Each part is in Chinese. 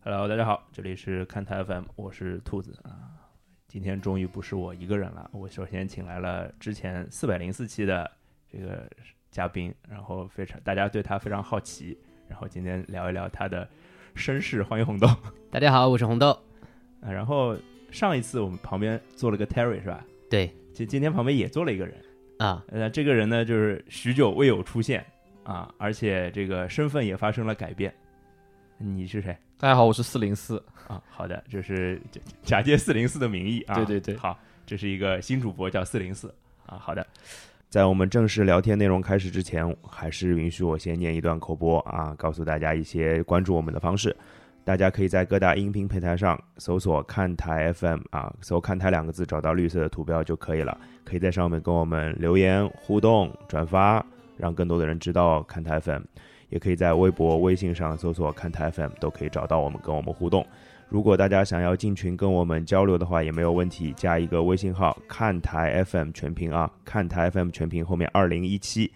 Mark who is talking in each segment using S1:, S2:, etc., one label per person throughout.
S1: Hello，大家好，这里是看台 FM，我是兔子啊。今天终于不是我一个人了，我首先请来了之前四百零四期的这个嘉宾，然后非常大家对他非常好奇，然后今天聊一聊他的身世。欢迎红豆
S2: 大家好，我是红豆。
S1: 啊。然后上一次我们旁边坐了个 Terry 是吧？
S2: 对
S1: 今今天旁边也坐了一个人，
S2: 啊，
S1: 呃，这个人呢就是许久未有出现啊，而且这个身份也发生了改变。你是谁？
S3: 大家好，我是四零四。
S1: 啊，好的，这是假假借四零四的名义啊，
S3: 对对对
S1: 好，这是一个新主播叫四零四啊，好的，
S4: 在我们正式聊天内容开始之前，还是允许我先念一段口播啊，告诉大家一些关注我们的方式。大家可以在各大音频平台上搜索“看台 FM” 啊，搜“看台”两个字，找到绿色的图标就可以了。可以在上面跟我们留言互动、转发，让更多的人知道看台 FM。也可以在微博、微信上搜索“看台 FM”，都可以找到我们，跟我们互动。如果大家想要进群跟我们交流的话，也没有问题，加一个微信号“看台 FM 全屏”啊，“看台 FM 全屏”后面二零一七，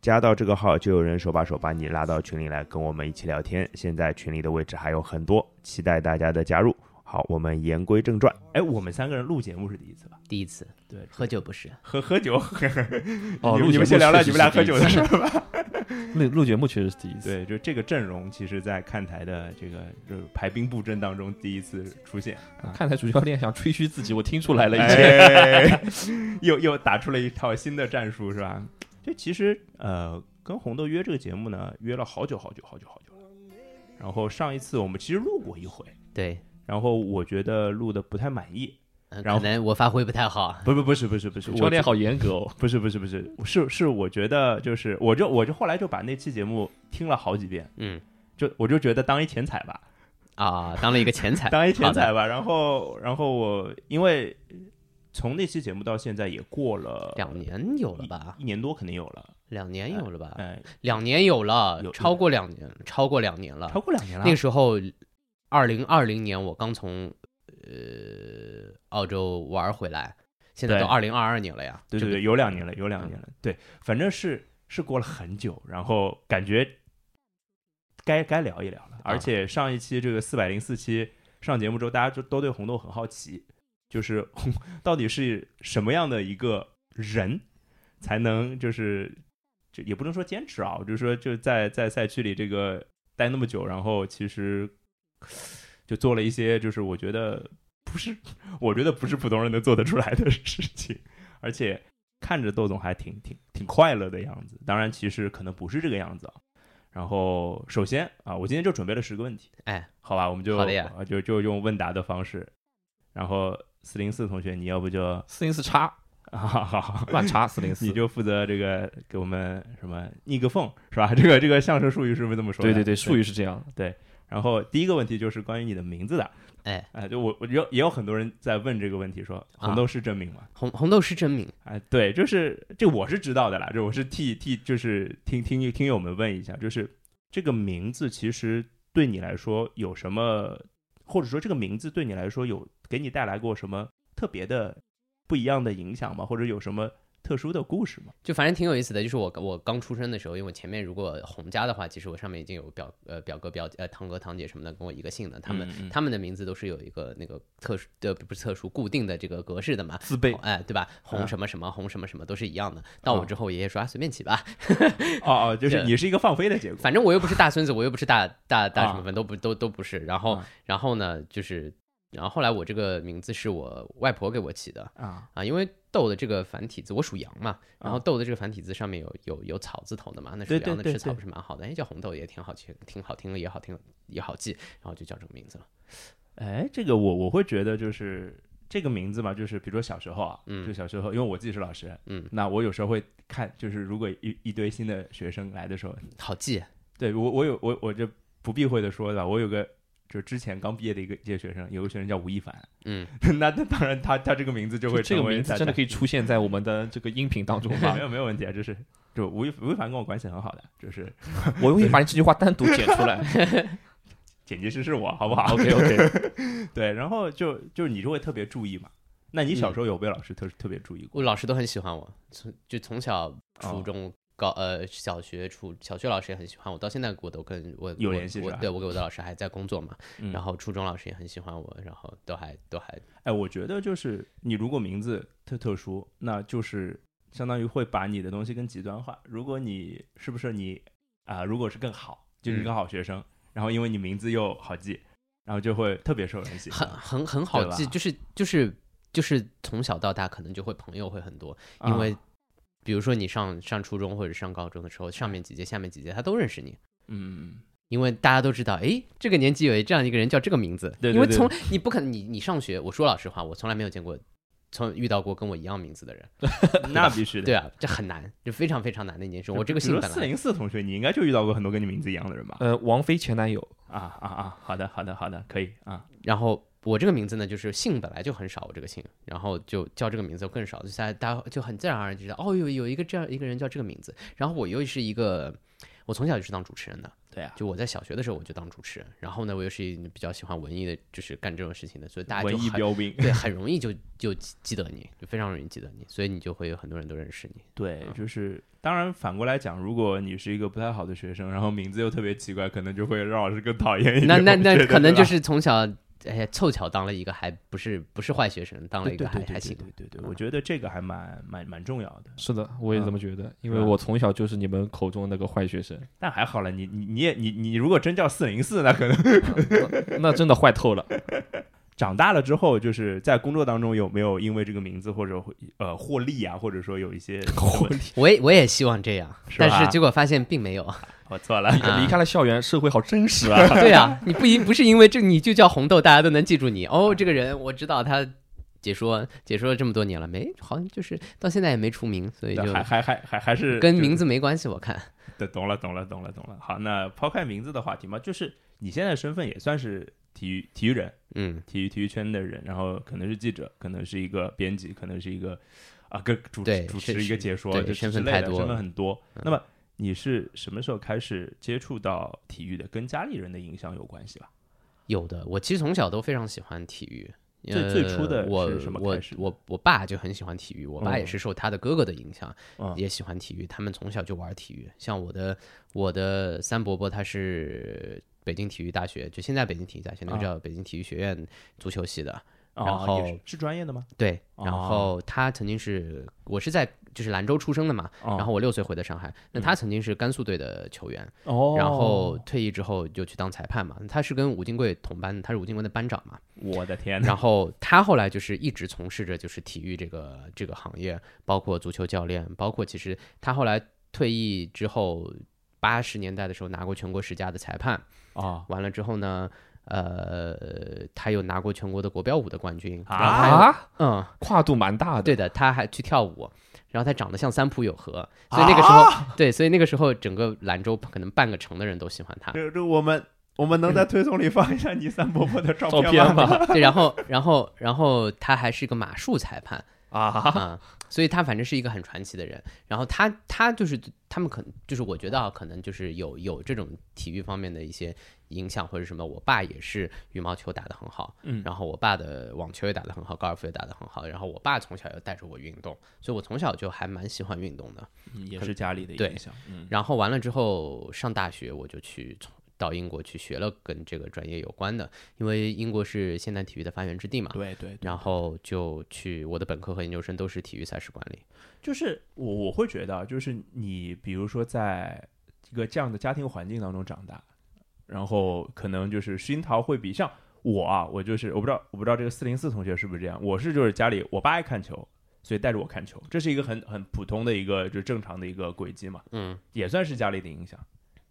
S4: 加到这个号就有人手把手把你拉到群里来跟我们一起聊天。现在群里的位置还有很多，期待大家的加入。好，我们言归正传，
S1: 哎，我们三个人录节目是第一次吧？
S2: 第一次
S1: 对，
S2: 喝酒不是？
S1: 喝喝酒，
S3: 哦，
S1: 你
S3: 录
S1: 们你
S3: 节
S1: 们
S3: 目
S1: 先聊聊你
S3: 确实
S1: 们俩喝
S3: 是 第一
S1: 酒的
S3: 次
S1: 事儿吧。
S3: 录录节目确实是第一次。
S1: 对，就这个阵容，其实，在看台的这个就是排兵布阵当中第一次出现，
S3: 啊看台主教练想吹嘘自己，我听出来了已经。
S1: 哎、 又又打出了一套新的战术，是吧？这其实呃，跟红豆约这个节目呢，约了好久好久好久好久了。然后上一次我们其实录过一回，
S2: 对，
S1: 然后我觉得录的不太满意，
S2: 嗯
S1: 然后
S2: 可能我发挥不太好。
S1: 不不不是不是不是，
S3: 教
S1: 我
S3: 练好严格哦。
S1: 不是不是不是是是，我觉得就是我就我就后来就把那期节目听了好几遍，
S2: 嗯
S1: 就我就觉得当一钱彩吧，
S2: 啊，当了一个前 彩，
S1: 当一钱
S2: 好的
S1: 彩吧。然后然后我因为从那期节目到现在也过了
S2: 两年有了吧？啊
S1: 一年多肯定有了，
S2: 两年有了吧？
S1: 嗯哎，
S2: 两年有了
S1: 有，
S2: 超过两年，超过两年了。
S1: 超过两年了。
S2: 啊那个时候，二零二零年我刚从呃澳洲玩回来，现在
S1: 对
S2: 都二零二二年了呀。
S1: 对
S2: 这
S1: 对
S2: 个
S1: 对，有两年了，有
S2: 嗯
S1: 两年了。对，反正是是过了很久，然后感觉该该聊一聊
S2: 啊
S1: 了。而且上一期这个四百零四期上节目之后，大家就都对红豆很好奇，就是红到底是什么样的一个人才能就是就也不能说坚持啊，就是说就在在赛区里这个待那么久，然后其实就做了一些就是我觉得不是我觉得不是普通人能做得出来的事情，而且看着窦总还挺挺挺快乐的样子，当然其实可能不是这个样子啊。然后首先啊，我今天就准备了十个问题，
S2: 哎，
S1: 好吧，我们就
S2: 好的呀
S1: 啊就就用问答的方式。然后四零四同学，你要不就
S3: 四零四叉
S1: 啊，好好 好，
S3: 乱叉四零四
S1: 你。就负责这个给我们什么逆个缝是吧？这个这个相声术语是不是这么说的？
S3: 对对对，术语是这样的。
S1: 然后第一个问题就是关于你的名字的，
S2: 哎啊
S1: 哎，就我我有也有很多人在问这个问题说，红豆是真名吗？
S2: 红红豆是真名，
S1: 哎，对，就是这我是知道的啦，这我是替替就是听听听友们问一下，就是这个名字其实对你来说有什么，或者说这个名字对你来说有给你带来过什么特别的不一样的影响吗？或者有什么特殊的故事吗？
S2: 就反正挺有意思的，就是我我刚出生的时候，因为我前面如果洪家的话，其实我上面已经有表呃表哥表呃堂哥堂姐什么的跟我一个姓的，他们、
S1: 嗯嗯
S2: 他们的名字都是有一个那个特殊呃不是特殊固定的这个格式的嘛，
S3: 自备
S2: 哦哎对吧？
S1: 嗯
S2: 洪什么什么洪什么什么都是一样的。到我
S1: 哦
S2: 之后，我爷爷说啊随便起吧，
S1: 哦哦，就是
S2: 对
S1: 你是一个放飞的结果，
S2: 反正我又不是大孙子，我又不是大 大大
S1: 啊
S2: 什么分都不都都不是。然后
S1: 啊
S2: 然后呢就是。然后后来我这个名字是我外婆给我起的
S1: 啊
S2: 啊，因为豆的这个繁体字我属羊嘛，然后
S1: 啊
S2: 豆的这个繁体字上面有有有草字头的嘛，那属
S1: 对对
S2: 羊的
S1: 对
S2: 吃草
S1: 对
S2: 不是蛮好的，哎，叫红豆也挺好听，挺好听的，也好听也好记，然后就叫这个名字了。
S1: 哎，这个我我会觉得就是这个名字嘛，就是比如说小时候啊，
S2: 嗯
S1: 就小时候，因为我自己是老师，
S2: 嗯，
S1: 那我有时候会看，就是如果一一堆新的学生来的时候，
S2: 好记，
S1: 对我我有我我就不避讳的说吧，我有个就之前刚毕业的一个一届学生，有个学生叫吴亦凡，
S2: 嗯，
S1: 那那当然他他这个名字就会
S3: 就这个
S1: 成为
S3: 名字
S1: 他
S3: 真的可以出现在我们的这个音频当中
S1: 他
S3: 吗
S1: 没？有没有问题啊，就是就吴亦吴亦凡跟我关系很好的，就是
S3: 我会把你这句话单独剪出来。
S1: 剪辑师是我，好不好？
S3: OK OK，
S1: 对，然后就就是你就会特别注意嘛。那你小时候有被老师特特别注意过？
S2: 我老师都很喜欢我，从就从小
S1: 哦
S2: 初中高呃小学初小学老师也很喜欢我，到现在我都跟我
S1: 有
S2: 我
S1: 联系是
S2: 我
S1: 吧
S2: 对我跟我的老师还在工作嘛，
S1: 嗯
S2: 然后初中老师也很喜欢我，然后都还都还
S1: 哎，我觉得就是你如果名字特特殊，那就是相当于会把你的东西更极端化。如果你是不是你啊、如果是更好，就是
S2: 嗯
S1: 一个好学生，然后因为你名字又好记，然后就会特别受人喜
S2: 很
S1: 欢。
S2: 很很好
S1: 啊对吧
S2: 记，就是就是就是从小到大可能就会朋友会很多，因为
S1: 啊
S2: 比如说你上上初中或者上高中的时候，上面几届下面几届他都认识你。
S1: 嗯，
S2: 因为大家都知道，哎，这个年级有这样一个人叫这个名字。
S1: 对对
S2: 因为
S1: 对
S2: 从你不可能，你你上学，我说老实话，我从来没有见过，从遇到过跟我一样名字的人。
S1: 嗯那必须的。
S2: 对啊，这很难，这非常非常难的一件事。我这个
S1: 比
S2: 性
S1: 如
S2: 本
S1: 四
S2: 来
S1: 零四同学，你应该就遇到过很多跟你名字一样的人吧？
S3: 呃，王菲前男友，
S2: 呃
S1: 啊啊啊！好的，好的，好的，可以啊。
S2: 然后我这个名字呢，就是姓本来就很少，我这个姓，然后就叫这个名字更少，就大家大家就很自然而然就知道，哦，有有一个这样一个人叫这个名字。然后我又是一个，我从小就是当主持人的，
S1: 对啊，
S2: 就我在小学的时候我就当主持人，然后呢，我又是一比较喜欢文艺的，就是干这种事情的，所以大家就
S1: 文艺
S2: 很
S1: 标兵。
S2: 对，很容易就就记记得你，就非常容易记得你，所以你就会有很多人都认识你。
S1: 对，
S2: 嗯
S1: 就是当然反过来讲，如果你是一个不太好的学生，然后名字又特别奇怪，可能就会让老师更讨厌一点。
S2: 那那
S1: 我觉
S2: 那
S1: 得
S2: 可
S1: 对
S2: 能
S1: 吧
S2: 就是从小，哎呀，凑巧当了一个还不是不是坏学生，当了
S1: 对
S2: 一个
S1: 对
S2: 还
S1: 对对
S2: 还行。嗯
S1: 对对对，我觉得这个还蛮蛮蛮重要的。
S3: 是的，我也
S1: 嗯
S3: 这么觉得，因为
S1: 吧
S3: 我从小就是你们口中那个坏学生，
S1: 但还好了，你你你也你你如果真叫四零四，那可能
S3: 那真的坏 透了。
S1: 长大了之后，就是在工作当中有没有因为这个名字或者会呃获利啊，或者说有一 些获利？
S2: 我也我也希望这样，
S1: 是
S2: 但
S1: 吧
S2: 是结果发现并没有。
S1: 我错了，
S2: 啊
S3: 离开了校园，社会好真实啊！
S2: 对啊，你不因不是因为这你就叫红豆，大家都能记住你哦。这个人我知道他解说解说了这么多年了，没好像就是到现在也没出名，所以就
S1: 还还还还还是
S2: 跟
S1: 就是
S2: 名字没关系。我看
S1: 对，懂了，懂了，懂了，懂了。好，那抛开名字的话题嘛，就是你现在的身份也算是体育体育人，
S2: 嗯，
S1: 体育体育圈的人，然后可能是记者，可能是一个编辑，可能是一个啊，个主
S2: 对
S1: 主
S2: 是
S1: 持一个
S2: 是
S1: 解说，
S2: 对
S1: 就
S2: 身
S1: 之
S2: 份
S1: 类
S2: 太
S1: 的
S2: 多
S1: 身份
S2: 了
S1: 很多。那么你是什么时候开始接触到体育的？跟家里人的影响有关系吧？
S2: 有的，我其实从小都非常喜欢体育。
S1: 最
S2: 呃
S1: 最初的
S2: 我
S1: 是什么
S2: 我
S1: 开始的
S2: 我我爸就很喜欢体育，我爸也
S1: 哦
S2: 是受他的哥哥的影响，
S1: 嗯
S2: 也喜欢体育。他们从小就玩体育，像我的我的三伯伯他是北京体育大学，就现在北京体育大学那个
S1: 啊
S2: 叫北京体育学院足球系的，
S1: 哦
S2: 然后
S1: 也是是专业的吗？
S2: 对。然
S1: 哦
S2: 后他曾经是我是在就是兰州出生的嘛，
S1: 哦嗯
S2: 然后我六岁回的上海，那他曾经是甘肃队的球员，
S1: 哦
S2: 然后退役之后就去当裁判嘛。他是跟吴金贵同班，他是吴金贵的班长嘛。
S1: 我的天
S2: 然
S1: 呐，
S2: 后他后来就是一直从事着就是体育这个这个行业，包括足球教练，包括其实他后来退役之后，八十年代的时候拿过全国十佳的裁判，
S1: 啊
S2: 完了之后呢。呃，他又拿过全国的国标舞的冠军，
S1: 啊
S2: 然后他
S3: 啊，
S2: 又嗯，
S3: 跨度蛮大的。
S2: 对的，他还去跳舞，然后他长得像三浦友和，所以那个时候，对，所以那个时候整个兰州可能半个城的人都喜欢他。
S1: 这这我们我们能在推送里放一下你三伯伯的照
S3: 照
S1: 片
S3: 片
S1: 吗？
S3: 吧，
S2: 对，然后，然后，然后他还是一个马术裁判
S3: 啊，
S2: 啊、所以他反正是一个很传奇的人。然后他，他就是他们可能就是我觉得啊，可能就是有有这种体育方面的一些影响或者什么。我爸也是羽毛球打得很好，
S3: 嗯
S2: 然后我爸的网球也打得很好，高尔夫也打得很好。然后我爸从小又带着我运动，所以我从小就还蛮喜欢运动的。
S1: 嗯也是家里的
S2: 对
S1: 影响，嗯
S2: 然后完了之后上大学，我就去从到英国去学了跟这个专业有关的，因为英国是现代体育的发源之地嘛。
S1: 对对对
S2: 然后就去我的本科和研究生都是体育赛事管理。
S1: 就是我我会觉得啊，就是你比如说在一个这样的家庭环境当中长大，然后可能就是熏陶会比像我啊，我就是我不知道我不知道这个四零四同学是不是这样，我是就是家里我爸爱看球，所以带着我看球，这是一个很很普通的一个就正常的一个轨迹嘛，
S2: 嗯，
S1: 也算是家里的影响。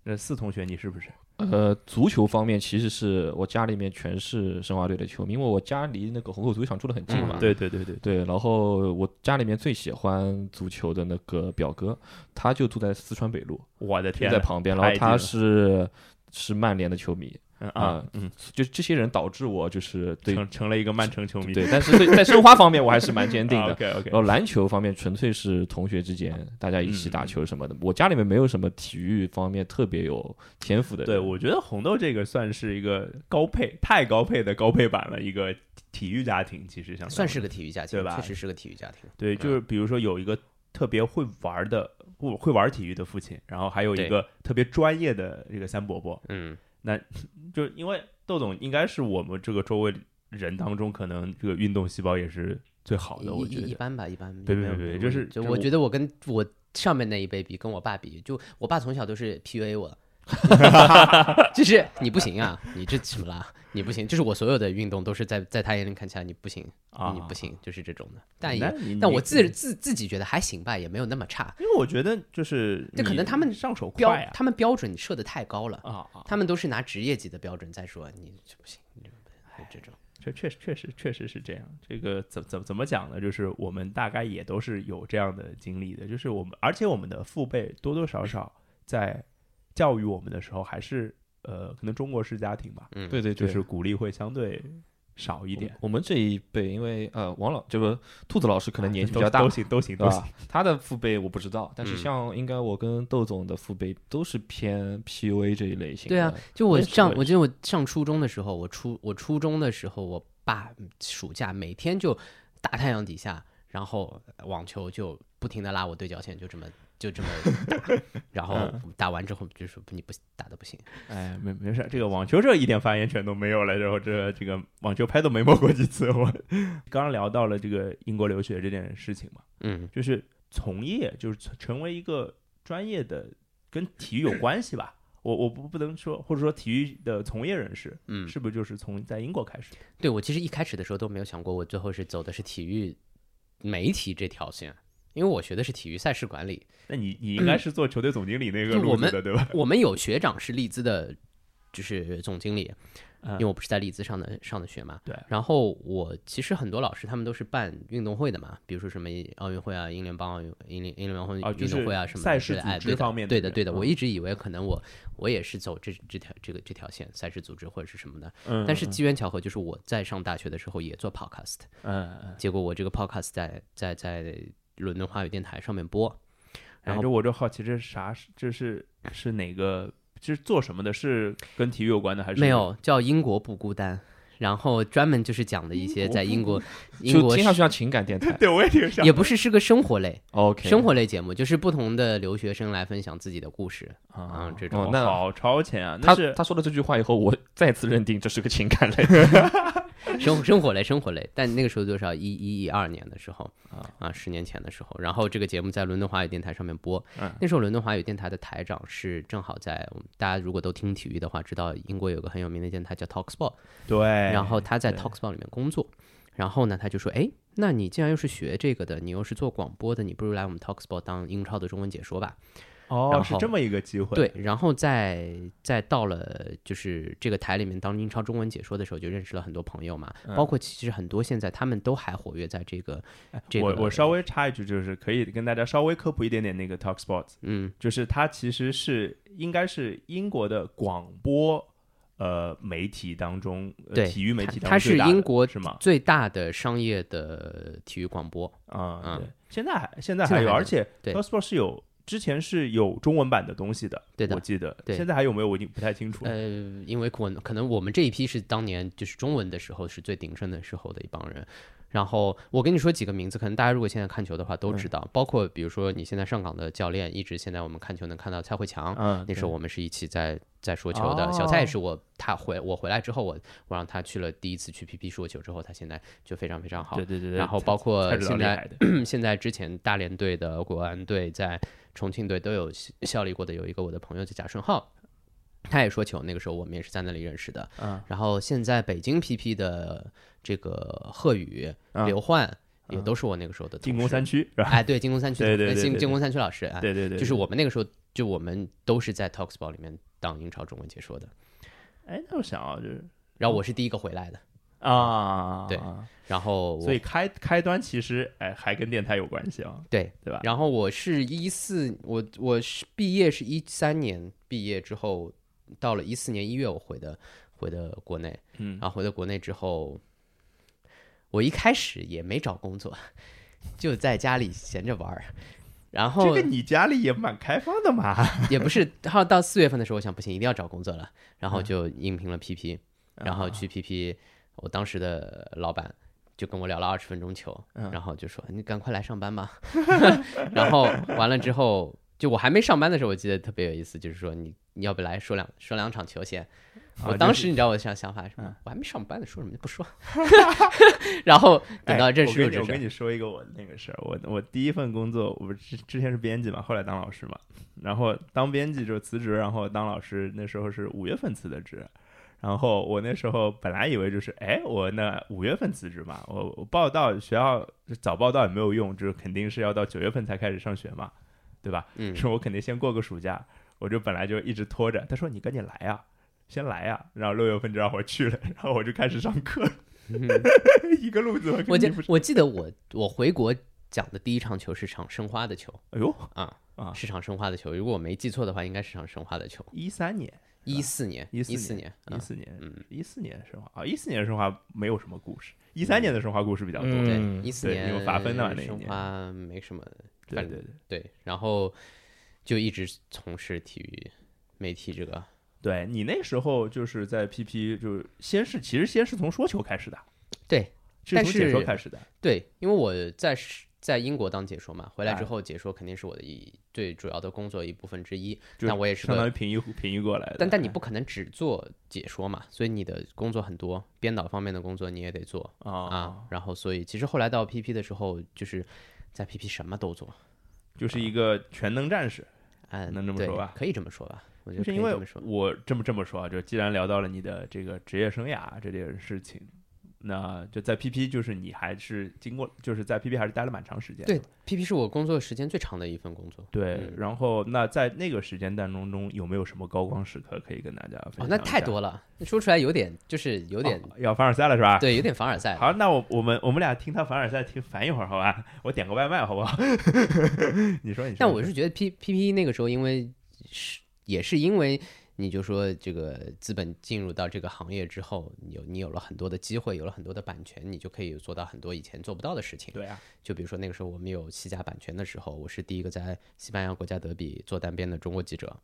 S1: 那四同学你是不是？
S3: 呃，足球方面其实是我家里面全是申花队的球迷，因为我家离那个虹口足球场住的很近嘛。
S2: 嗯
S1: 对对对对，
S3: 对，然后我家里面最喜欢足球的那个表哥，他就住在四川北路，
S1: 我的
S3: 就
S1: 天
S3: 在
S1: 呐，
S3: 旁边，
S1: 太
S3: 然后他
S1: 近了
S3: 是是曼联的球迷，
S1: 嗯啊
S3: 啊
S1: 嗯，
S3: 就这些人导致我就是对
S1: 成成了一个曼城球迷，啊
S3: 对，但是对在申花方面我还是蛮坚定 的。
S1: OK OK，
S3: 然后篮球方面纯粹是同学之间大家一起
S1: 嗯
S3: 打球什么的，我家里面没有什么体育方面特别有天赋的人。
S1: 对，我觉得红豆这个算是一个高配，太高配的高配版了，一个体体育家庭，其实相当于
S2: 算是个体育家庭，
S1: 对吧
S2: 确实是个体育家庭。
S1: 对，就是比如说有一个特别会玩的，会会玩体育的父亲，然后还有一
S2: 对
S1: 个特别专业的这个三伯伯，
S2: 嗯，
S1: 就因为豆总应该是我们这个周围人当中，可能这个运动细胞也是最好的，我
S2: 一
S1: 觉
S2: 一一
S1: 得。
S2: 般吧，一般。
S1: 别别
S2: 也没有
S1: 别
S2: 什么
S1: 就是
S2: 问题就
S1: 就
S2: 我
S1: 我
S2: 觉得我跟我上面那一辈比，跟我爸比，就我爸从小都是 PUA 我的。就是你不行啊，你这什么啦？你不行，就是我所有的运动都是在在他眼里看起来你不行，
S1: 啊
S2: 你不行，就是这种的。但
S1: 那
S2: 也，
S1: 你嗯
S2: 但
S1: 你
S2: 我自自自己觉得还行吧，也没有那么差。
S1: 因为我觉得就是
S2: 就可
S1: 你
S2: 能他们
S1: 上手
S2: 标
S1: 快啊
S2: 他们标准设的太高了，
S1: 啊啊！
S2: 他们都是拿职业级的标准在说你这不行，你这不行，这种。
S1: 这确实确实确实是这样。这个怎怎怎么讲呢？就是我们大概也都是有这样的经历的，就是我们，而且我们的父辈多多少少在教育我们的时候，还是呃，可能中国式家庭吧，
S2: 嗯，
S3: 对对
S1: 就
S3: 对，
S1: 是鼓励会相对少一
S3: 我们
S1: 点。
S3: 我们这一辈，因为呃，王老这个兔子老师可能年纪
S1: 啊都
S3: 比较大，
S1: 都行都行
S3: 对
S1: 都行
S3: 吧。？他的父辈我不知道，但是
S2: 嗯
S3: 像应该我跟窦总的父辈都是偏 PUA 这一类型的。
S2: 对啊，就我
S3: 也是
S2: 上
S3: 我，也
S2: 我记得我上初中的时候，我初我初中的时候，我爸嗯暑假每天就大太阳底下，然后网球就不停的拉我对角线，就这么就这么打，然后打完之后就说你不打的不行，
S1: 哎，没没事，这个网球这一点发言权都没有了，然后这这个网球拍都没摸过几次。我 刚聊到了这个英国留学这件事情嘛，
S2: 嗯
S1: 就是从业，就是成成为一个专业的跟体育有关系吧。我我不不能说，或者说体育的从业人士，
S2: 嗯，
S1: 是不是就是从在英国开始？
S2: 对我其实一开始的时候都没有想过，我最后是走的是体育媒体这条线，因为我学的是体育赛事管理，
S1: 那你你应该是做球队总经理那个
S2: 嗯就
S1: 路
S2: 我
S1: 子
S2: 们
S1: 的，对 吧？
S2: 我们有学长是利兹的，就是总经理，
S1: 嗯
S2: 因为我不是在利兹上的上的学嘛。
S1: 对
S2: 然后我其实很多老师他们都是办运动会的嘛，比如说什么奥运会啊、英联邦奥运、英联英联邦会
S1: 啊就
S2: 运动会啊
S1: 是
S2: 什么的
S1: 赛事
S2: 对哎
S1: 组织
S2: 对的
S1: 方面的
S2: 对的，
S1: 人
S2: 对的。
S1: 嗯
S2: 我一直以为可能我我也是走这这条这个这条线，赛事组织或者是什么的。
S1: 嗯
S2: 但是机缘巧合，就是我在上大学的时候也做 podcast，
S1: 嗯，嗯
S2: 结果我这个 podcast 在在在伦敦华语电台上面播，然
S1: 然
S2: 后
S1: 后我就好奇，这是啥？这是是哪个？这是做什么的？是跟体育有关的还是。
S2: 没？有，叫英国不孤单，然后专门就是讲的一些在英国，英
S3: 就
S2: 国
S3: 听上去
S2: 是
S3: 像情感电台
S1: 对，我也挺想
S2: 也不是是个生活类
S3: OK，
S2: 生活类节目，就是不同的留学生来分享自己的故事啊、
S1: 啊，
S2: 这种。
S3: 哦
S1: 哦，
S3: 那
S1: 好超前啊！那
S3: 他
S1: 是
S3: 他说了这句话以后，我再次认定这是个情感类。
S2: 生生活类，生活类。但那个时候多少一一一二年的时候啊，十年前的时候，然后这个节目在伦敦华语电台上面播。
S1: 嗯
S2: 那时候伦敦华语电台的台长是正好在，大家如果都听体育的话，知道英国有个很有名的电台叫 Talksport，
S1: 对，
S2: 然后他在
S1: 哎对
S2: Talkspot 里面工作，然后呢，他就说，哎，那你既然又是学这个的，你又是做广播的，你不如来我们 Talkspot 当英超的中文解说吧。
S1: 哦，
S2: 然
S1: 是
S2: 后
S1: 这么一个机会，
S2: 对，然后再再到了就是这个台里面当英超中文解说的时候，就认识了很多朋友嘛，包括其实很多现在他们都还活跃在这个 这个。
S1: 我我稍微插一句，就是可以跟大家稍微科普一点点那个 Talk Sport，
S2: 嗯
S1: 就是它其实是应该是英国的广播呃媒体当中，呃
S2: 对
S1: 体育媒体当中
S2: 它它
S1: 最大的
S2: 是英国
S1: 是吗？
S2: 最大的商业的体育广播，
S1: 啊、
S2: 嗯
S1: 对，现在还现在
S2: 现在
S1: 还有，
S2: 还有
S1: 而且
S2: 对
S1: Talk Sport 是有之前是有中文版的东西的，
S2: 对的
S1: 我记得，
S2: 对
S1: 现在还有没有我已经不太清楚了。
S2: 呃，因为可能可能我们这一批是当年就是中文的时候是最鼎盛的时候的一帮人。然后我跟你说几个名字，可能大家如果现在看球的话都知道，包括比如说你现在上港的教练，一直现在我们看球能看到蔡慧强，
S1: 嗯，
S2: 那时候
S1: 对哦
S2: 我们是一起在在说球的。小蔡也是我，他回我回来之后，我我让他去了第一次去 PP 说球之后，他现在就非常非常好
S1: 对。对对对，
S2: 然后包括
S1: 才知道
S2: 现
S1: 厉
S2: 在嗯
S1: 害的，
S2: 现在之前大连队的国安队在重庆队都有效力过的，有一个我的朋友叫贾顺浩，他也说球，那个时候我们也是在那里认识的。
S1: 嗯，
S2: 然后现在北京 PP 的这个贺宇、
S1: 嗯
S2: 刘焕也都是我那个时候的
S1: 进攻三
S2: 区，
S1: 区是吧？
S2: 哎，对，进攻三区，
S1: 对对对
S2: 呃
S1: 对
S2: 进
S1: 对
S2: 进攻三区老师，哎，
S1: 对对对，
S2: 就是
S1: 对
S2: 我们那个时候就我们都是在 Talkspot 里面当英超中文解说的，
S1: 哎，那我想啊，就是
S2: 然后我是第一个回来的，
S1: 啊，
S2: 对然后我
S1: 所以开开端其实哎还跟电台有关系啊，
S2: 对
S1: 对吧
S2: 然后我是一四，我我是毕业是一三年毕业之后，到了一四年一月我回的回的国内，
S1: 嗯
S2: 然后回到国内之后，我一开始也没找工作，就在家里闲着 玩儿，然
S1: 这
S2: 后
S1: 个你家里也蛮开放的嘛，
S2: 也不是，然后到四月份的时候，我想不行，一定要找工作了，
S1: 嗯
S2: 然后就应聘了 PP，、然
S1: 啊
S2: 后去 PP，我当时的老板就跟我聊了二十分钟球，
S1: 嗯
S2: 然后就说你赶快来上班吧，然后完了之后。就我还没上班的时候，我记得特别有意思，就是说你你要不来说两说两场球先。
S1: 啊
S2: 我
S1: 就
S2: 当
S1: 是
S2: 时你知道我想想法是什么？
S1: 嗯
S2: 我还没上班呢，说什么就不说。 然后等到
S1: 哎
S2: 认
S1: 我
S2: 识
S1: 跟
S2: 陆
S1: 你
S2: 哲
S1: 我
S2: 哲
S1: 跟你说一个我那个事儿，我我第一份工作，我不是之之前是编辑嘛，后来当老师嘛，然后当编辑就辞职，然后当老师那时候是五月份辞的职。然后我那时候本来以为就是，哎，我那五月份辞职嘛，我我报到学校早报到也没有用，就是肯定是要到九月份才开始上学嘛，对吧？
S2: 嗯，
S1: 是我肯定先过个暑假，我就本来就一直拖着。他说你赶紧来呀、先来呀、然后六月份就让我去了，然后我就开始上课， 一个路子我
S2: 我
S1: 跟
S2: 记
S1: 你不是
S2: 我记得我我回国讲的第一场球是场申花的球
S1: 哎呦，
S2: 啊
S1: 啊
S2: 是场申花的球。如果我没记错的话，应该是场申花的球。
S1: 一三年，
S2: 一四年，
S1: 14
S2: 四
S1: 年一
S2: 年，嗯
S1: 四年，
S2: 嗯，
S1: 一四年的申花啊，一四年的申花没有什么故事，一三年的申花故事比较多。
S3: 嗯
S2: 对，一四
S1: 对因为
S2: 年
S1: 罚分的嘛那一
S2: 申
S1: 年
S2: 花没什么
S1: 对
S2: 反
S1: 对对，
S2: 对，然后就一直从事体育媒体这个。
S1: 对你那时候就是在 PP，就是先是其实先是从说球开始的，
S2: 对，
S1: 是
S2: 但
S1: 从解说
S2: 是
S1: 开始的，
S2: 对，因为我在是在英国当解说嘛，回来之
S1: 哎
S2: 后解说肯定是我的一最主要的工作一部分之一。
S1: 就
S2: 那我也是
S1: 相当于
S2: 个，
S1: 平移平移过来的。
S2: 但但你
S1: 哎
S2: 不可能只做解说嘛，所以你的工作很多，编导方面的工作你也得做啊
S1: 啊，。
S2: 然后所以其实后来到 PP 的时候，就是在 PP 什么都做，
S1: 就是一个全能战士。
S2: 嗯，
S1: 能这么
S2: 对
S1: 说吧
S2: 可以这么说吧，我觉
S1: 就
S2: 得可
S1: 是
S2: 以
S1: 因为
S2: 这么说。
S1: 我这么这么说啊，就既然聊到了你的这个职业生涯这件事情，那就在 PP 就是你还是经过就是在 PP 还是待了蛮长时间的
S2: 对，PP 是我工作时间最长的一份工作。
S1: 对，
S2: 嗯
S1: 然后那在那个时间当中中有没有什么高光时刻可以跟大家分享
S2: 哦
S1: 一，下？
S2: 那太多了，说出来有点就是有点、
S1: 哦要凡尔赛了是吧？
S2: 对，有点凡尔赛。
S1: 好，那我我们我们俩听他凡尔赛听烦一会儿好吧？我点个外卖好不 好？你说你说，
S2: 但我是觉得 P P P 那个时候，因为是也是因为你就说这个资本进入到这个行业之后，你有你有了很多的机会，有了很多的版权，你就可以做到很多以前做不到的事情。
S1: 对啊，
S2: 就比如说那个时候我们有西甲版权的时候，我是第一个在西班牙国家德比做单边的中国记者，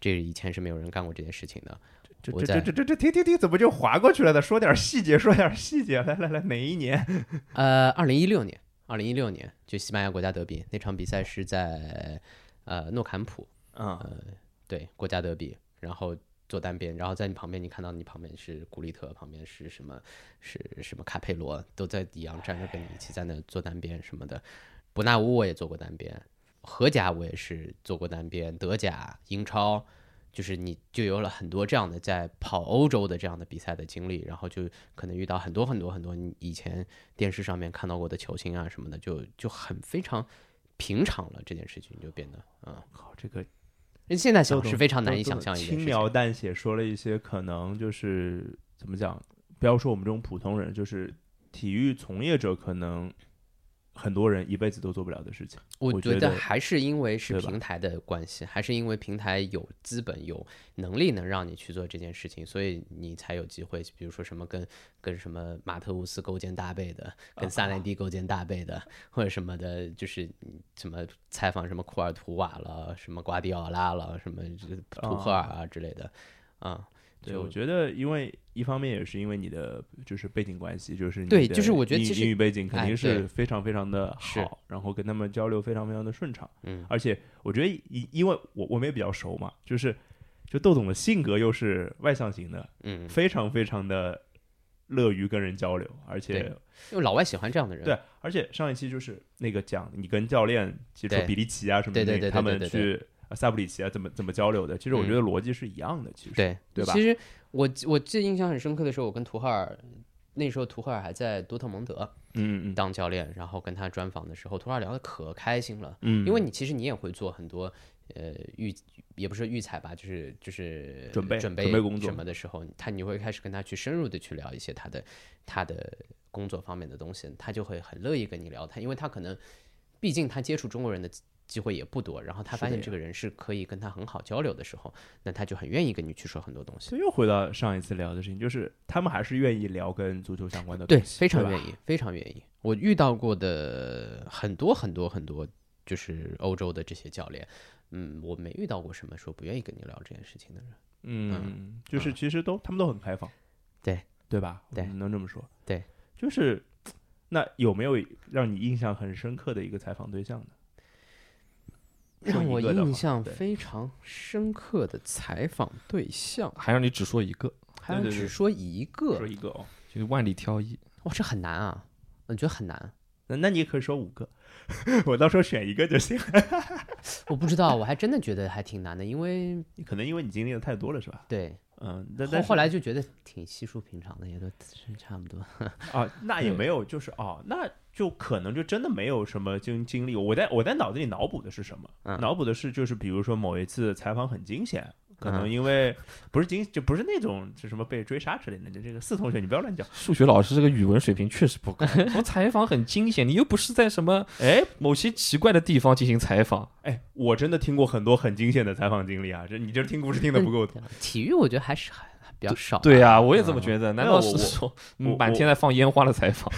S2: 这以前是没有人干过这件事情的。
S1: 这
S2: 我
S1: 这这
S2: 在
S1: 这这这停停停，怎么就划过去了呢？说点细节，说点细节，来来来，哪一年？
S2: 呃，二零一六年，二零一六年就西班牙国家德比那场比赛是在呃诺坎普，
S1: 嗯，
S2: 对，国家德比，然后坐单边，然后在你旁边，你看到你旁边是古利特，旁边是什么是什么卡佩罗，都在一样站着跟你一起在那坐单边什么的。伯纳乌我也做过单边，荷甲我也是做过单边，德甲、英超，就是你就有了很多这样的在跑欧洲的这样的比赛的经历，然后就可能遇到很多很多很多你以前电视上面看到过的球星啊什么的，就就很非常平常了，这件事情就变得嗯。
S1: 靠，这个
S2: 因为现在
S1: 都
S2: 想
S1: 懂
S2: 是非常
S1: 都
S2: 难以
S1: 懂
S2: 想象一件
S1: 轻
S2: 事情。
S1: 描淡写说了一些可能就是怎么讲，不要说我们这种普通人，就是体育从业者可能很多人一辈子都做不了的事情。我
S2: 我
S1: 觉
S2: 觉
S1: 得
S2: 得还是因为是
S1: 对吧
S2: 平台的关系，还是因为平台有资本、有能力能让你去做这件事情，所以你才有机会。比如说什么跟跟什么马特乌斯勾肩搭背的，跟萨内蒂勾肩搭背的，或者什么的，就是你什么采访什么库尔图瓦了，什么瓜迪奥拉了，什么这图赫尔啊之类的，啊、
S1: 哦对，
S2: 就
S1: 我觉得，因为一方面也是因为你的就是背景关系，就是你
S2: 对
S1: 的
S2: 就是我觉得
S1: 英
S2: 其实
S1: 英语背景肯
S2: 哎
S1: 定是
S2: 对
S1: 非常非常的
S2: 是
S1: 好，然后跟他们交流非常非常的顺畅。
S2: 嗯
S1: 而且我觉得因因为我我们也比较熟嘛，就是就豆总的性格又是外向型的，
S2: 嗯，
S1: 非常非常的乐于跟人交流，而且
S2: 对因为老外喜欢这样的人，
S1: 对，而且上一期就是那个讲你跟教练接触
S2: 对
S1: 比利奇啊什么的，
S2: 对对对对
S1: 他们
S2: 对对嗯
S1: 去呃萨布里奇啊怎么怎么交流的，其实我觉得逻辑是一样的，其实
S2: 对
S1: 对吧
S2: 其实我记我记得印象很深刻的时候，我跟图赫尔那时候图赫尔还在多特蒙德
S1: 嗯嗯
S2: 当教练，然后跟他专访的时候，图赫尔聊的可开心了，
S1: 嗯，
S2: 因为你其实你也会做很多呃预也不是预采吧，就是就是
S1: 准备
S2: 准备
S1: 准备工作
S2: 什么的时候，他你会开始跟他去深入的去聊一些他的他的工作方面的东西，他就会很乐意跟你聊他，因为他可能毕竟他接触中国人的机会也不多，然后他
S1: 是
S2: 发
S1: 的
S2: 现
S1: 呀
S2: 这个人是可以跟他很好交流的时候，那他就很愿意跟你去说很多东西。
S1: 所以又回到上一次聊的事情，就是他们还是愿意聊跟足球相关的
S2: 对，
S1: 东西，
S2: 非常
S1: 对吧
S2: 愿意，非常愿意。我遇到过的很多很多很多，就是欧洲的这些教练，嗯，我没遇到过什么说不愿意跟你聊这件事情的人。
S1: 嗯，就是其实都他们都很开放，
S2: 对
S1: 对吧？
S2: 对
S1: 我们能这么说，
S2: 对，
S1: 就是那有没有让你印象很深刻的一个采访对象呢？说
S2: 让我
S1: 一个的话
S2: 印象
S1: 对
S2: 非常深刻的采访对象，
S3: 还让你只说一个，
S2: 还
S1: 对
S2: 要
S1: 对对
S2: 只说一
S1: 说
S2: 个，
S1: 一个哦，
S3: 就是万里挑一。
S2: 哇，这很难啊！我觉得很难，
S1: 那那你也可以说五个， 我到时候选一个就行。
S2: 我不知道，我还真的觉得还挺难的，因为
S1: 可能因为你经历的太多了，是吧？
S2: 对，
S1: 嗯，但
S2: 后
S1: 但是
S2: 后来就觉得挺稀疏平常的，也都差不多。
S1: 啊，那也没有，就是哦，那就可能就真的没有什么经经历。我在我在脑子里脑补的是什么？
S2: 嗯
S1: 脑补的是就是比如说某一次采访很惊险。可能
S2: 嗯
S1: 因为不是惊，就不是那种是什么被追杀之类的。这这个四同学，你不要乱讲。
S3: 数学老师这个语文水平确实不 高，从采访很惊险，你又不是在什么
S1: 哎
S3: 某些奇怪的地方进行采访，
S1: 哎，我真的听过很多很惊险的采访经历啊！这你这听故事听的不够多。
S2: 对吧体育我觉得还是还还比较少吧。
S3: 对啊，我也这么觉得。难道
S1: 没有
S3: 是
S1: 我
S3: 说
S1: 我
S3: 嗯满天在放烟花的采 访？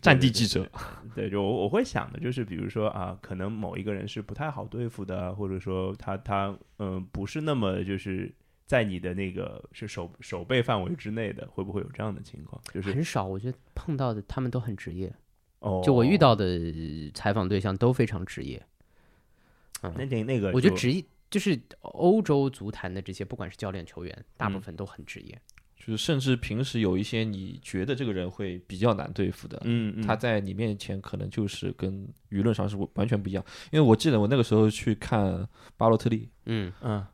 S3: 战地记者，
S1: 对，就我我会想的就是，比如说啊，可能某一个人是不太好对付的，啊或者说他他嗯、呃不是那么就是在你的那个是手手背范围之内的，会不会有这样的情况？就是
S2: 很少，我觉得碰到的他们都很职业，
S1: 哦，
S2: 就我遇到的呃采访对象都非常职业。
S1: 那那那个就，
S2: 我觉得职业就是欧洲足坛的这些，不管是教练、球员，大部
S1: 嗯
S2: 分都很职业。
S3: 就是甚至平时有一些你觉得这个人会比较难对付的，
S1: 嗯，嗯
S3: 他在你面前可能就是跟舆论上是完全不一样。因为我记得我那个时候去看巴洛特利，
S2: 嗯，
S1: 嗯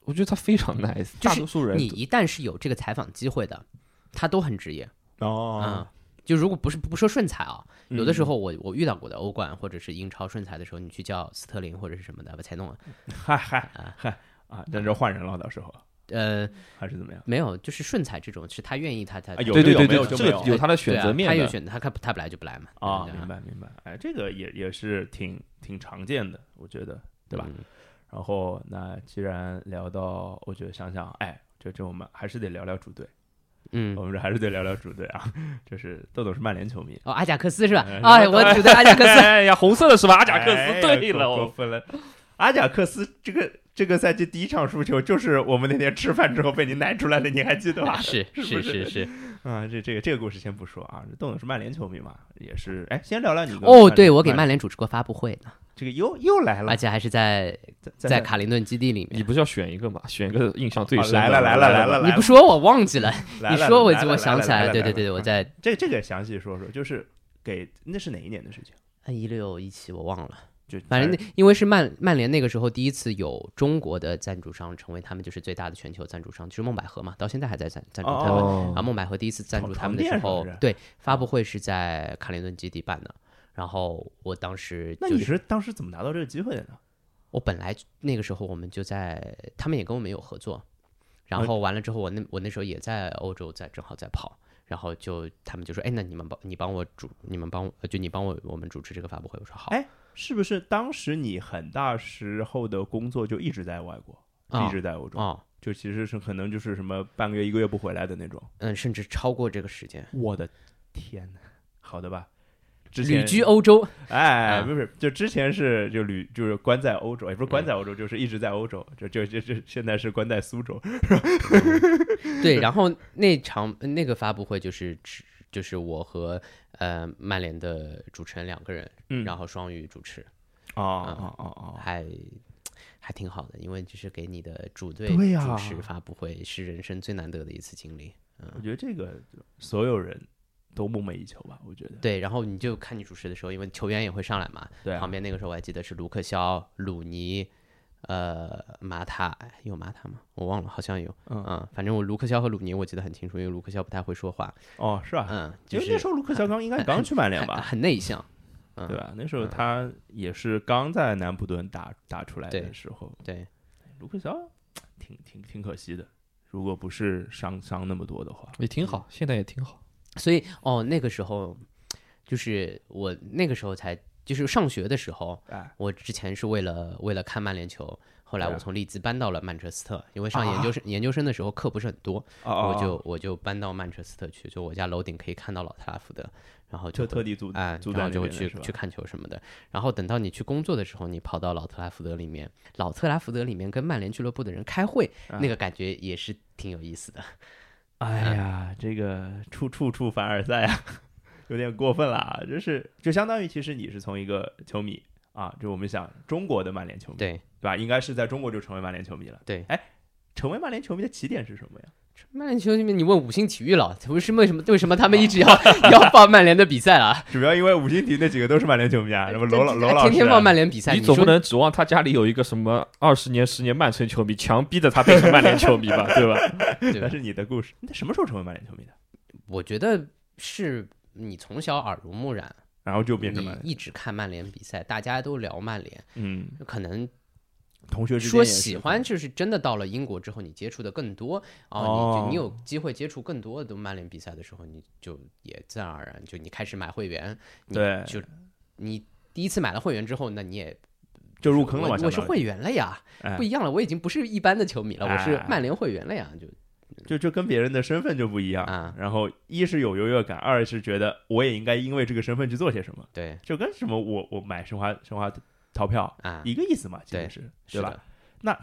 S3: 我觉得他非常 nice，
S2: 就
S3: 大
S2: 是
S3: 多数人
S2: 你
S3: 都
S2: 一旦是有这个采访机会的，他都很职业。
S1: 哦
S2: 嗯，，就如果不是不说顺彩啊，
S1: 嗯
S2: 有的时候我我遇到过的欧冠或者是英超顺彩的时候，你去叫斯特林或者是什么的把才弄了。
S1: 嗨嗨嗨啊，那就换人了，到时候
S2: 呃，
S1: 还是怎么样？
S2: 没有，就是顺彩这种是他愿意他他
S1: 啊有
S3: 对
S1: 就
S3: 对
S1: 没
S3: 对对
S1: 有，就
S3: 这
S1: 没
S3: 个
S1: 有
S3: 有他的选择面
S2: 对啊他有
S3: 的。
S2: 选择，他他他本来就不来嘛。
S1: 啊，
S2: 对
S1: 明白明白，哎，这个也也是挺挺常见的，我觉得，对吧？？
S2: 嗯
S1: 然后那既然聊到，我觉得想想，哎，这这我们还是得聊聊主队，
S2: 嗯
S1: 我，们这还是得聊聊主队啊，就是豆豆是曼联球迷。
S2: 哦，阿贾克斯是吧
S1: 哎？
S2: 哎，我 主的阿贾克斯，？
S3: 哎呀，红色的是吧？阿贾克斯，
S1: 哎
S3: 对了，
S1: 过过
S3: 我
S1: 分了。阿贾克斯这个这个赛季第一场输球，就是我们那天吃饭之后被你奶出来的，你还记得吧
S2: 是
S1: 是不
S2: 是
S1: 是
S2: 是是。
S1: 啊，这这个这个故事先不说啊，豆豆是曼联球迷嘛，也是。哎，先聊聊你跟
S2: 哦，对，我给
S1: 曼
S2: 曼联主持过发布会呢，
S1: 这个又又来了
S2: 而，且还是在
S1: 在
S2: 在卡灵顿基地里
S3: 你
S2: 面。
S3: 不是要选一个嘛？选一个印象最
S1: 啊
S3: 深的。
S1: 来了来了来了来
S2: 你
S1: 了
S2: 不，说我忘记了，
S1: 来
S2: 你
S1: 了
S2: 说我
S1: 来了
S2: 我想起来了，对对对，
S1: 来
S2: 对
S1: 了嗯
S2: 我在
S1: 这这个详细说说，就是给那是哪一年的事情？
S2: 哎一六一七我忘了，
S1: 就
S2: 反正那因为是曼曼联那个时候第一次有中国的赞助商成为他们就是最大的全球赞助商，就是梦百合嘛，到现在还在赞赞助他们。
S3: 哦
S2: 啊，，梦百合第一次赞助他们的
S1: 床床垫
S2: 时候
S1: 是不是，
S2: 对发布会是在卡灵顿基地办的，然后我当时
S1: 那
S2: 就
S1: 你
S2: 是
S1: 是当时怎么拿到这个机会的呢？
S2: 我本来那个时候我们就在，他们也跟我们有合作，然
S1: 呃
S2: 后完了之后，我那我那时候也在欧洲在，正好在跑，然后就他们就说，哎，那你们帮你帮我主，你们帮我呃就你帮我我们主持这个发布会，我说好，
S1: 哎是不是当时你很大时候的工作就一直在外国，
S2: 啊
S1: 一直在欧洲，
S2: 哦，
S1: 就其实是可能就是什么半个月、一个月不回来的那种？
S2: 嗯，甚至超过这个时间，
S1: 我的天呐，好的吧？之前
S2: 旅居欧洲，
S1: 哎，
S2: 啊
S1: 不是，就之前是就旅就是关在欧洲，也不是
S2: 嗯
S1: 关在欧洲，就是一直在欧洲，就就就就现在是关在苏州。
S2: 对，然后那场那个发布会就是只就是我和呃曼联的主持人两个人，
S1: 嗯
S2: 然后双语主持，
S1: 哦
S2: 啊
S1: 哦哦哦，
S2: 还还挺好的，因为就是给你的主队
S1: 对
S2: 主
S1: 呀
S2: 持发布会是人生最难得的一次经历。
S1: 我觉得这个所有人都梦寐以求吧，我觉得。
S2: 对，然后你就看你主持的时候，因为球员也会上来嘛。
S1: 对啊
S2: 旁边那个时候我还记得是卢克肖、鲁尼，呃，马塔哎有马塔吗？我忘了，好像有。
S1: 嗯
S2: 反正我卢克肖和鲁尼我记得很清楚，因为卢克肖不太会说话。
S1: 哦，是吧？
S2: 嗯，
S1: 因
S2: 就
S1: 为
S2: 是
S1: 那时候卢克肖刚应该
S2: 很
S1: 刚去曼联
S2: 很
S1: 吧，
S2: 很内向。嗯
S1: 对吧？ 那时候他也是刚在南普敦打打出来的
S2: 对
S1: 时候，
S2: 对，
S1: 卢克肖挺挺挺可惜的，如果不是伤伤那么多的话，
S3: 也挺好，现在也挺好。
S2: 所以哦，那个时候就是我那个时候才就是上学的时候，
S1: 哎
S2: 我之前是为了为了看曼联球，后来
S1: 对啊啊
S2: 我从利兹搬到了曼彻斯特，因为上研究生、研究生的时候课不是很多，
S1: 哦
S2: 我就我就搬到曼彻斯特去，就我家楼顶可以看到老特拉福德，然后
S1: 就
S2: 会
S1: 特地租
S2: 哎，
S1: 租
S2: 然
S1: 在
S2: 后
S1: 那
S2: 就会
S1: 边的
S2: 去
S1: 是吧
S2: 去看球什么的。然后等到你去工作的时候，你跑到老特拉福德里面，老特拉福德里面跟曼联俱乐部的人开会，
S1: 啊
S2: 那个感觉也是挺有意思的。
S1: 哎呀，这个处处处 凡尔赛啊，有点过分了啊！就是就相当于其实你是从一个球迷啊，就我们想中国的曼联球迷，
S2: 对，
S1: 对吧？应该是在中国就成为曼联球迷了。
S2: 对
S1: 哎，成为曼联球迷的起点是什么呀？
S2: 曼联球迷，你问五星体育了，为什么为什么为什么他们 一直要要放曼联的比赛啊？
S1: 主要因为五星体那几个都是曼联球迷啊，什么罗老罗老师啊，
S2: 天天放曼联比赛，
S3: 你
S2: 你
S3: 总不
S2: 说
S3: 能指望他家里有一个什么二十年、十年曼城球迷，强逼着他变成曼联球迷 吧，对吧？
S2: 对
S1: 那是你的故事。你什么时候成为曼联球迷的？
S2: 我觉得是你从小耳濡目染，
S1: 然后就变成
S2: 你
S1: 曼联。
S2: 一直看曼联比赛，大家都聊曼联，
S1: 嗯，
S2: 可能
S1: 同学之间
S2: 说
S1: 也是
S2: 喜欢，就是真的到了英国之后，你接触的更多啊，你
S1: 哦
S2: 就你有机会接触更多的曼联比赛的时候，你就也自然而然就你开始买会员，你
S1: 对
S2: 就你第一次买了会员之后，那你也
S1: 就入坑了嘛。
S2: 我我是
S1: 相当于，
S2: 会员了呀
S1: 哎，
S2: 不一样了，我已经不是一般的球迷了，我是
S1: 哎
S2: 曼联会员了呀，就
S1: 就就跟别人的身份就不一样
S2: 啊
S1: 然后一是有优越感，二是觉得我也应该因为这个身份去做些什么，
S2: 对
S1: 就跟什么我我买申花申花逃票
S2: 啊，
S1: 一个意思嘛，其
S2: 对
S1: 实是
S2: 是
S1: 对吧？
S2: 的？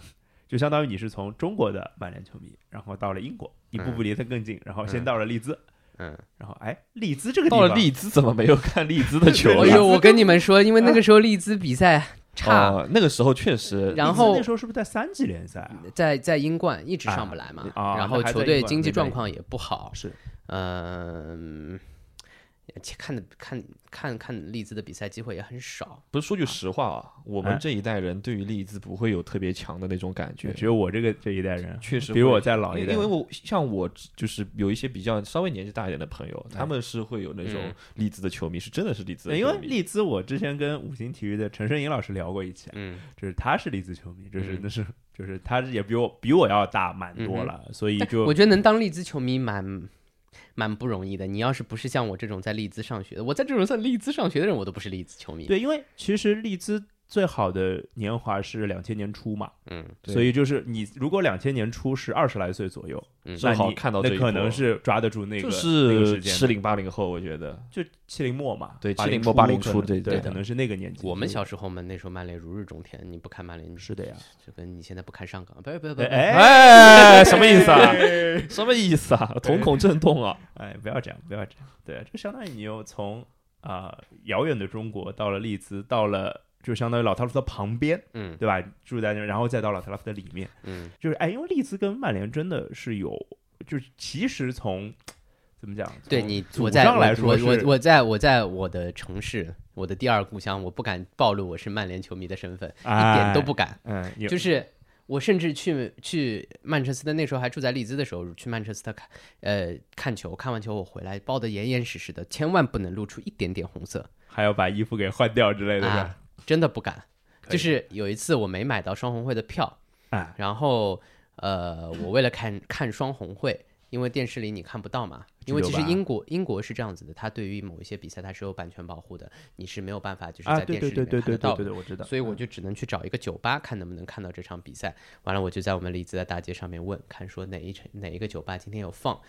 S1: 就相当于你是从中国的曼联球迷，然后到了英国，一步步离得更近，然后先到了利兹，
S2: 嗯，
S1: 然后哎，利兹这个地
S3: 到
S1: 方
S3: 了利兹怎么没有看利兹的 球
S1: 对
S2: 哎
S1: 利兹
S3: 啊？
S2: 呦，我跟你们说，因为那个时候利兹 比赛差，
S3: 哦，那个时候确实，
S2: 然
S1: 利兹
S2: 后
S1: 那时候是不是在三级联赛啊？
S2: 在在英冠一直上不来嘛，
S1: 啊
S2: 然
S1: 那
S2: 后
S1: 还在
S2: 球
S1: 英
S2: 队
S1: 冠
S2: 经济
S1: 没
S2: 状
S1: 没
S2: 况也不好，
S1: 是，
S2: 嗯、且看的看看看利兹的比赛机会也很少，
S3: 不是说句实话啊，我
S1: 哎
S3: 们这一代人对于利兹不会有特别强的那种感觉，
S1: 只有我这个这一代人，
S3: 确实
S1: 比我
S3: 会
S1: 再老一
S3: 因
S1: 代，
S3: 为因为我像我就是有一些比较稍微年纪大一点的朋友，他们是会有那种
S2: 嗯
S3: 利兹的球迷，是真的是利兹的
S1: 因为
S3: 球迷
S1: 利兹，我之前跟五星体育的陈胜颖老师聊过一期，啊
S2: 嗯，
S1: 就是他是利兹球迷，就是
S2: 嗯
S1: 那是就是他也比我比我要大蛮多了，所以就
S2: 我觉得能当利兹球迷蛮。蛮不容易的，你要是不是像我这种在利兹上学的，我在这种在利兹上学的人，我都不是利兹球迷。
S1: 对，因为其实利兹最好的年华是两千年初嘛，
S2: 嗯，
S3: 对
S1: 所以就是你如果两千年初是二十来岁左右，
S2: 嗯
S1: 那
S3: 正好
S1: 你
S3: 看到这
S1: 那
S3: 一
S1: 可
S3: 波
S1: 能是抓得住那个
S3: 就
S1: 那个
S3: 是
S1: 时
S3: 七
S1: 间的，
S3: 零八零后，我觉得
S1: 就七零末嘛，
S3: 对
S1: 八
S3: 70
S1: 零
S3: 末80
S1: 初
S3: 初
S1: 可能
S3: 对
S1: 对，
S3: 对
S1: 可
S3: 的
S1: 能是那个年纪。
S2: 我们
S1: 就
S2: 小时候嘛，那时候曼联如日中天，你不看曼联，
S1: 是的呀，
S2: 就跟你现在不看上港，不是不是不是，
S1: 哎
S3: 哎，什么意思啊？ 什么意思啊？瞳孔震动啊！
S1: 哎，不要这样，不要这样。对，啊就相当于你又从啊、遥远的中国到了利兹，到了就相当于老特拉福德旁边，
S2: 嗯
S1: 对吧？住在那边，然后再到老特拉福德里面，
S2: 嗯，
S1: 就是哎，因为利兹跟曼联真的是有，就是其实从怎么讲，
S2: 对
S1: 从
S2: 你，
S1: 祖
S2: 我在
S1: 上
S2: 我
S1: 来说
S2: 我
S1: 是
S2: 我我在我在我的城市，我的第二故乡，我不敢暴露我是曼联球迷的身份，一点都不敢。
S1: 哎，嗯，
S2: 就是是我甚至去去曼彻斯特，那时候还住在利兹的时候，去曼彻斯特看呃看球，看完球我回来包得严严实实的，千万不能露出一点点红色
S1: 还要把衣服给换掉之类的，
S2: 啊，真的不敢。
S1: 可以
S2: 就是有一次我没买到双红会的票，
S1: 哎，
S2: 然后呃，我为了看 看双红会，因为电视里你看不到嘛，因为其实
S1: 998
S2: 英国英国是这样子的，它对于某一些比赛它是有版权保护的，你是没有办法就是
S1: 啊，
S2: 在
S1: 对
S2: 电
S1: 对
S2: 视里
S1: 对对
S2: 面看
S1: 对
S2: 得
S1: 对
S2: 到
S1: 对，
S2: 的。
S1: 我知道，
S2: 所以我就只能去找一个酒吧，看能不能看到这场比赛。完了，我就在我们利兹的大街上面问，看说哪一场哪一个酒吧今天有放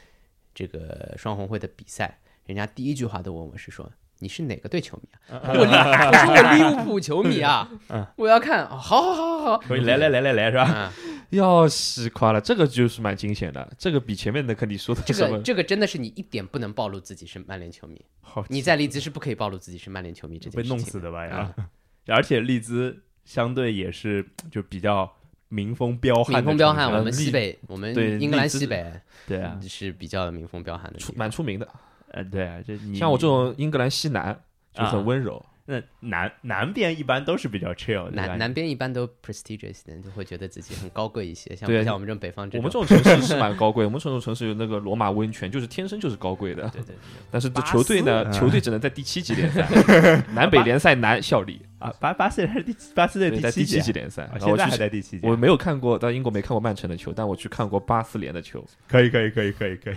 S2: 这个双红会的比赛。人家第一句话都问我是说你是哪个队球迷啊？ 我利我说我利物浦球迷 啊，
S1: 嗯
S2: 我要看，哦好好好好好，
S1: 可以来来来来来是吧？
S2: 啊，
S3: 要死夸了，这个就是蛮惊险的，这个比前面的跟你说的
S2: 这
S3: 什
S2: 个
S3: 么
S2: 这个真的是你一点不能暴露自己是曼联球迷，
S1: 好，
S2: 你在利兹是不可以暴露自己是曼联球迷这件
S1: 被
S2: 事情
S1: 弄死的吧呀
S2: 啊！
S1: 而且利兹相对也是就比较民风彪悍的城市，啊
S2: 民风彪悍，
S3: 城
S2: 我
S3: 市
S2: 们嗯
S3: 利
S2: 西北，我们
S3: 对
S2: 英格兰
S3: 利兹
S2: 西北
S1: 对啊，
S2: 是比较民风彪悍的地
S3: 出
S2: 方。
S3: 蛮出名的，
S1: 呃，对啊，这你
S3: 像我这种英格兰西南就很温柔，
S1: 那南南边一般都是比较 chill，对吧
S2: 南南边一般都 prestigious 一点，就会觉得自己很高贵一些，像
S3: 对
S2: 不像我们这种北方这
S3: 我们这
S2: 种
S3: 种城市是蛮高贵，我们 这种城市有那个罗马温泉，就是天生就是高贵的。
S1: 对对对
S3: 但是这
S1: 巴
S3: 球队呢，
S1: 斯
S3: 球队只能在第七级联赛， 南北联赛难效力，
S1: 啊，巴巴西还是第巴西队
S3: 对在第
S1: 七
S3: 七级
S1: 级
S3: 联赛。
S1: 啊，
S3: 然后
S1: 现
S3: 我
S1: 在还
S3: 去，
S1: 在第七级，
S3: 我没有看过，到英国没看过曼城的球，但我去看过巴斯联的球，
S1: 可以可以可以可以可以，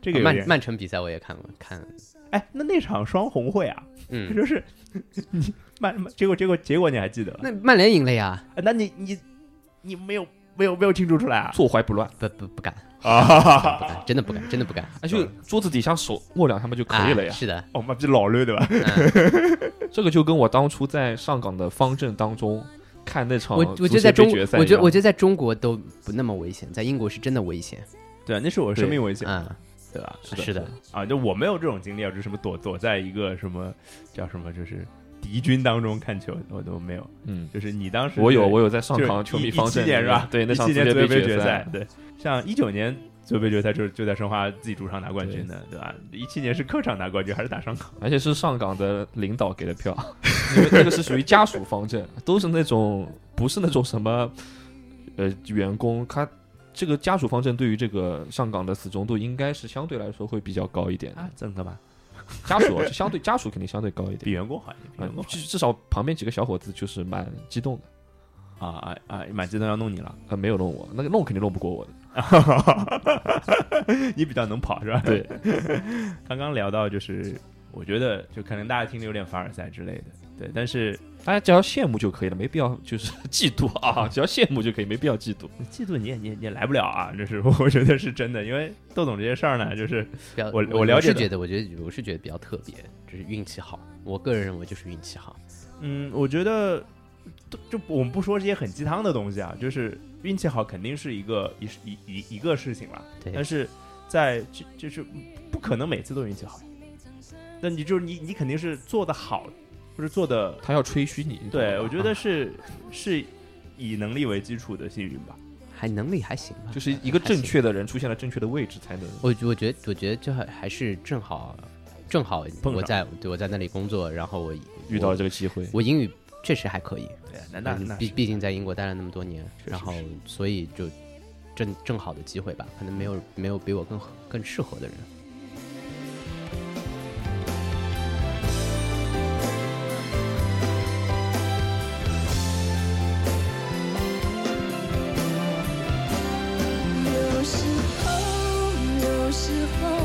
S1: 这个有
S2: 啊曼
S1: 点
S2: 曼城比赛我也看过，看
S1: 哎，那那场双红会啊，
S2: 嗯，
S1: 就是你曼曼结果结果结果你还记得吗？
S2: 那曼联赢了呀，
S1: 啊那你你你没有没有没有庆祝出来 啊？
S3: 坐怀不乱，
S2: 不不不敢，
S1: 啊，
S2: 不敢，真的不敢，真的不敢，
S3: 哎，就桌子底下手握两下嘛就可以了呀
S2: 啊。是的，
S1: 我哦妈逼老六对吧？
S2: 嗯
S3: 这个就跟我当初在上港的方阵当中看那场
S2: 我
S3: 哦足
S2: 我觉得在
S3: 协杯
S2: 中，
S3: 决赛一样，
S2: 我觉得我觉得在中国都不那么危险，在英国是真的危险，
S1: 对，啊那是我生命危险，
S2: 嗯，
S1: 对吧？
S2: 是的，
S1: 啊，就我没有这种经历啊，就什么躲躲在一个什么叫什么，就是敌军当中看球，我都没有。
S3: 嗯，
S1: 就是你当时
S3: 我有
S1: 对
S3: 我有在上
S1: 就是
S3: 港球迷
S1: 一
S3: 方
S1: 17
S3: 阵，
S1: 年是吧？
S3: 对，那场
S1: 17年
S3: 世
S1: 足球
S3: 界杯
S1: 决
S3: 赛，
S1: 对，像一九年足球杯决赛就是就在申花自己主场拿冠军的，对吧？一七年是客场拿冠军还是打上港？
S3: 而且是上港的领导给的 票，因为这个是属于家属方阵，都是那种不是那种什么呃员工，他这个家属方阵对于这个上港的死忠度应该是相对来说会比较高一点的，
S1: 啊，怎么干嘛？
S3: 家属啊是相对家属肯定相对高一
S1: 比
S3: 点，
S1: 员工好一点，比
S3: 啊
S1: 员工好一
S3: 至至少旁边几个小伙子就是蛮激动的，
S1: 点啊啊啊！满街都要弄你了，
S3: 呃没有弄我，那个弄肯定弄不过我的，
S1: 你比较能跑是吧？
S3: 对，
S1: 刚刚聊到就是，我觉得就可能大家听着有点凡尔赛之类的，对，但是
S3: 大家只要羡慕就可以了，没必要就是 嫉妒 啊，只要羡慕就可以，没必要嫉妒。
S1: 嫉妒你也你也你也来不了啊，这是 我觉得是真的，因为豆总这些事儿呢，就是
S2: 比较
S1: 我我
S2: 我
S1: 了解
S2: 是
S1: 的
S2: 觉得，我觉得我是觉得比较特别，就是运气好。我个人认为就是运气好。
S1: 嗯，我觉得就就我们不说这些很鸡汤的东西啊，就是运气好肯定是一个一一一一个事情了，
S2: 对，
S1: 但是在就就是不可能每次都运气好，那你就是你你肯定是做的好，或者做的
S3: 他要吹嘘你，
S1: 对，
S2: 啊
S1: 我觉得是是以能力为基础的幸运吧。
S2: 还能力还行吧，
S3: 就是一个
S2: 还行
S3: 正确的人出现了正确的位置才能。
S2: 我我觉得，我觉得这还还是正好，正好
S1: 碰
S2: 我
S1: 上
S2: 在对我在那里工作，然后我
S3: 遇到这个机会，
S2: 我英语确实还可以，
S1: 对，啊那那
S2: 嗯
S1: 那
S2: 毕毕竟在英国待了那么多年，
S1: 确实
S2: 然后所以就正正好的机会吧，可能没有没有比我更合更适合的人。
S5: 有时候，有时候，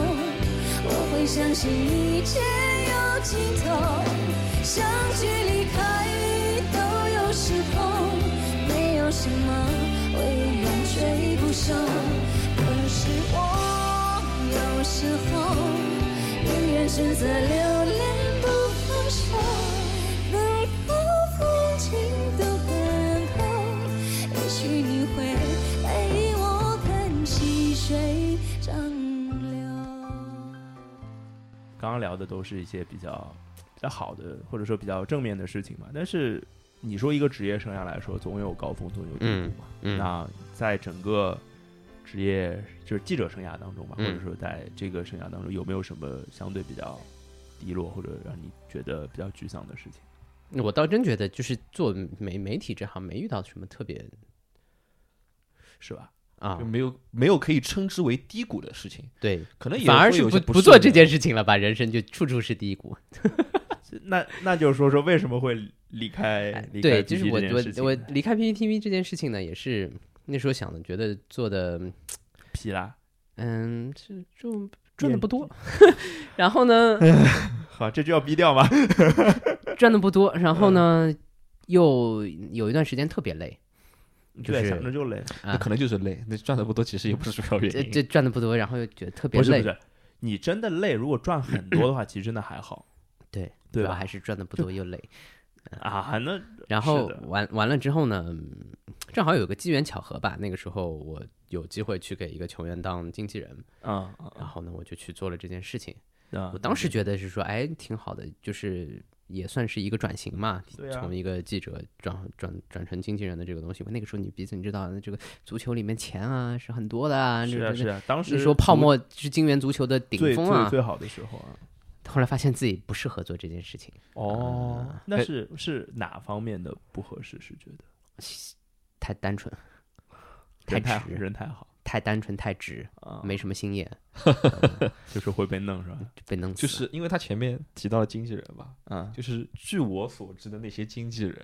S5: 我会相信一切有尽头，相聚离开都有时候，没有什么会永远追不朽。可是我有时候，宁愿选择留恋不放手，能否风景都看透？也许你会陪我看细水长流。
S1: 刚刚聊的都是一些比较比较好的，或者说比较正面的事情嘛。但是你说一个职业生涯来说，总有高峰，总有低谷嘛。
S2: 嗯嗯
S1: 那在整个职业就是记者生涯当中吧，
S2: 嗯
S1: 或者说在这个生涯当中，有没有什么相对比较低落，或者让你觉得比较沮丧的事情？
S2: 我倒真觉得，就是做媒媒体这行没遇到什么特别
S1: 是吧？
S2: 啊
S3: 就，没有没有可以称之为低谷的事情，
S2: 对，
S3: 可能也
S2: 反而
S3: 会
S2: 是
S3: 有一些
S2: 不
S3: 不
S2: 不
S3: 适
S2: 做
S3: 的
S2: 这件事情了吧，人生就处处是低谷。
S1: 那那就说说为什么会离开
S2: 哎
S1: 离开
S2: 对，就是
S1: PPT
S2: 我
S1: 这件事情
S2: 我我离开 PPTV 这件事情呢，也是那时候想的，觉得做的
S1: 皮啦。
S2: 嗯，是就赚
S1: 也
S2: 的不多， 然 后呢，
S1: 好，啊这就要逼掉吗？
S2: 赚的不多，然后呢，
S1: 嗯
S2: 又有一段时间特别累， 就是
S1: 对，想着就累。
S3: 那可能就是累，那赚的不多其实也不是主要原
S2: 这
S3: 因。
S2: 这赚的不多，然后又觉得特别
S1: 不是
S2: 累，
S1: 不是，你真的累，如果赚很多的话，其实真的还好。
S2: 对
S1: 对
S2: 主要
S1: 吧？
S2: 还是赚的不多又累，
S1: 啊，那
S2: 然后
S1: 是的
S2: 完完了之后呢，嗯正好有个机缘巧合吧，那个时候我有机会去给一个球员当经纪人，
S1: 嗯
S2: 然后呢，我就去做了这件事情。
S1: 嗯，
S2: 我当时觉得是说，哎，挺好的，就是也算是一个转型嘛，
S1: 对啊
S2: 从一个记者转转转成经纪人的这个东西。那个时候你彼此你知道，这个足球里面钱啊是很多的啊，
S1: 是
S2: 这
S1: 啊
S2: 这
S1: 是
S2: 这
S1: 啊，当
S2: 那
S1: 时
S2: 时候泡
S1: 足
S2: 沫是金元足球的顶
S1: 最
S2: 峰
S1: 最
S2: 啊。
S1: 最好的时候啊。
S2: 后来发现自己不适合做这件事情，
S1: 哦，那
S3: 哎
S1: 是是哪方面的不合适？是觉得
S2: 太单纯，太
S1: 人太好，
S2: 直，
S1: 人太好
S2: 太单纯，太直，
S1: 啊，
S2: 没什么心眼，
S1: 就是会被弄是 吧？
S2: 就被弄死。
S3: 就是因为他前面提到了经纪人吧，
S1: 嗯，
S3: 就是据我所知的那些经纪人，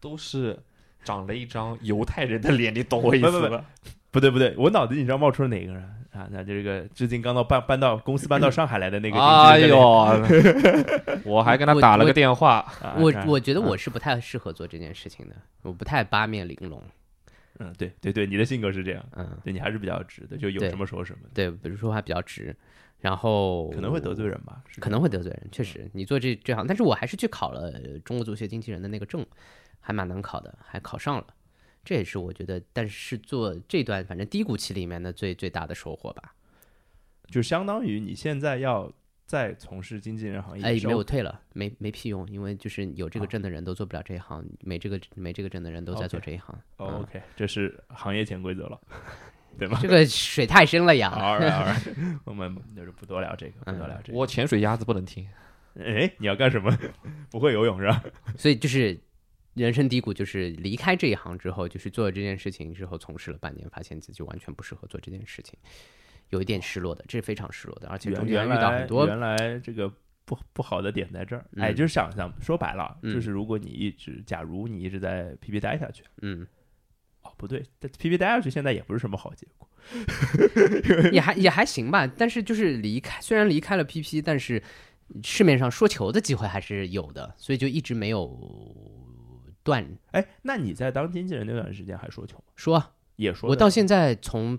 S3: 都是长了一张犹太人的脸，你懂我意
S1: 不
S3: 思
S1: 不不
S3: 吧？
S1: 不对不对，我脑子里你知道冒出了哪个人啊？那这个最近刚到搬搬到公司搬到上海来的那个经
S3: 哎
S1: 纪人
S3: 呦
S1: 的脸，，
S3: 我还跟他
S2: 我
S3: 打了
S2: 我
S3: 个电话，
S1: 啊
S2: 我
S1: 看
S2: 我觉得我是不太适合做这件事情的，我不太八面玲珑，
S1: 嗯，对对对，你的性格是这样，
S2: 嗯，
S1: 对你还是比较直的，就有
S2: 对
S1: 什么说什么，
S2: 对，比如说话比较直，然后
S1: 可能会得罪人吧？是
S2: 哦可能会得罪人，确实，你做这这行，但是我还是去考了呃中国足协经纪人的那个证，还蛮难考的，还考上了，这也是我觉得，但是做这段反正低谷期里面的最最大的收获吧。
S1: 就相当于你现在要再从事经纪人行业
S2: 哎，
S1: 之
S2: 没
S1: 后
S2: 有退了，没没屁用，因为就是有这个
S1: 啊
S2: 证的人都做不了这一行，没这个没这个证的人都在做
S1: OK
S2: 这一行。
S1: 哦
S2: 嗯
S1: OK，这是行业潜规则了，对吧
S2: 这个水太深了呀！
S1: ？All right, all right，我 们就是不多聊这个，不
S2: 嗯
S1: 多聊这个。
S3: 我潜水鸭子不能听，
S1: 哎，你要干什么？不会游泳 是吧？
S2: 所以就是人生低谷，就是离开这一行之后，就是做了这件事情之后，从事了半年，发现自己完全不适合做这件事情，有一点失落的，这是非常失落的，而且中
S1: 原
S2: 间
S1: 原
S2: 还遇到
S1: 来
S2: 很多
S1: 原来这个不不好的点在这儿，
S2: 嗯
S1: 哎，就是想想说白了，
S2: 嗯
S1: 就是如果你一直，假如你一直在 PP 待下去，
S2: 嗯，
S1: 哦不对，在 PP 待下去现在也不是什么好结果，
S2: 也还也还行吧，但是就是离开，虽然离开了 PP，但是市面上说球的机会还是有的，所以就一直没有断
S1: 哎，那你在当经纪人那段时间还说球吗？
S2: 说啊。
S1: 也说
S2: 我
S1: 的
S2: 到现在从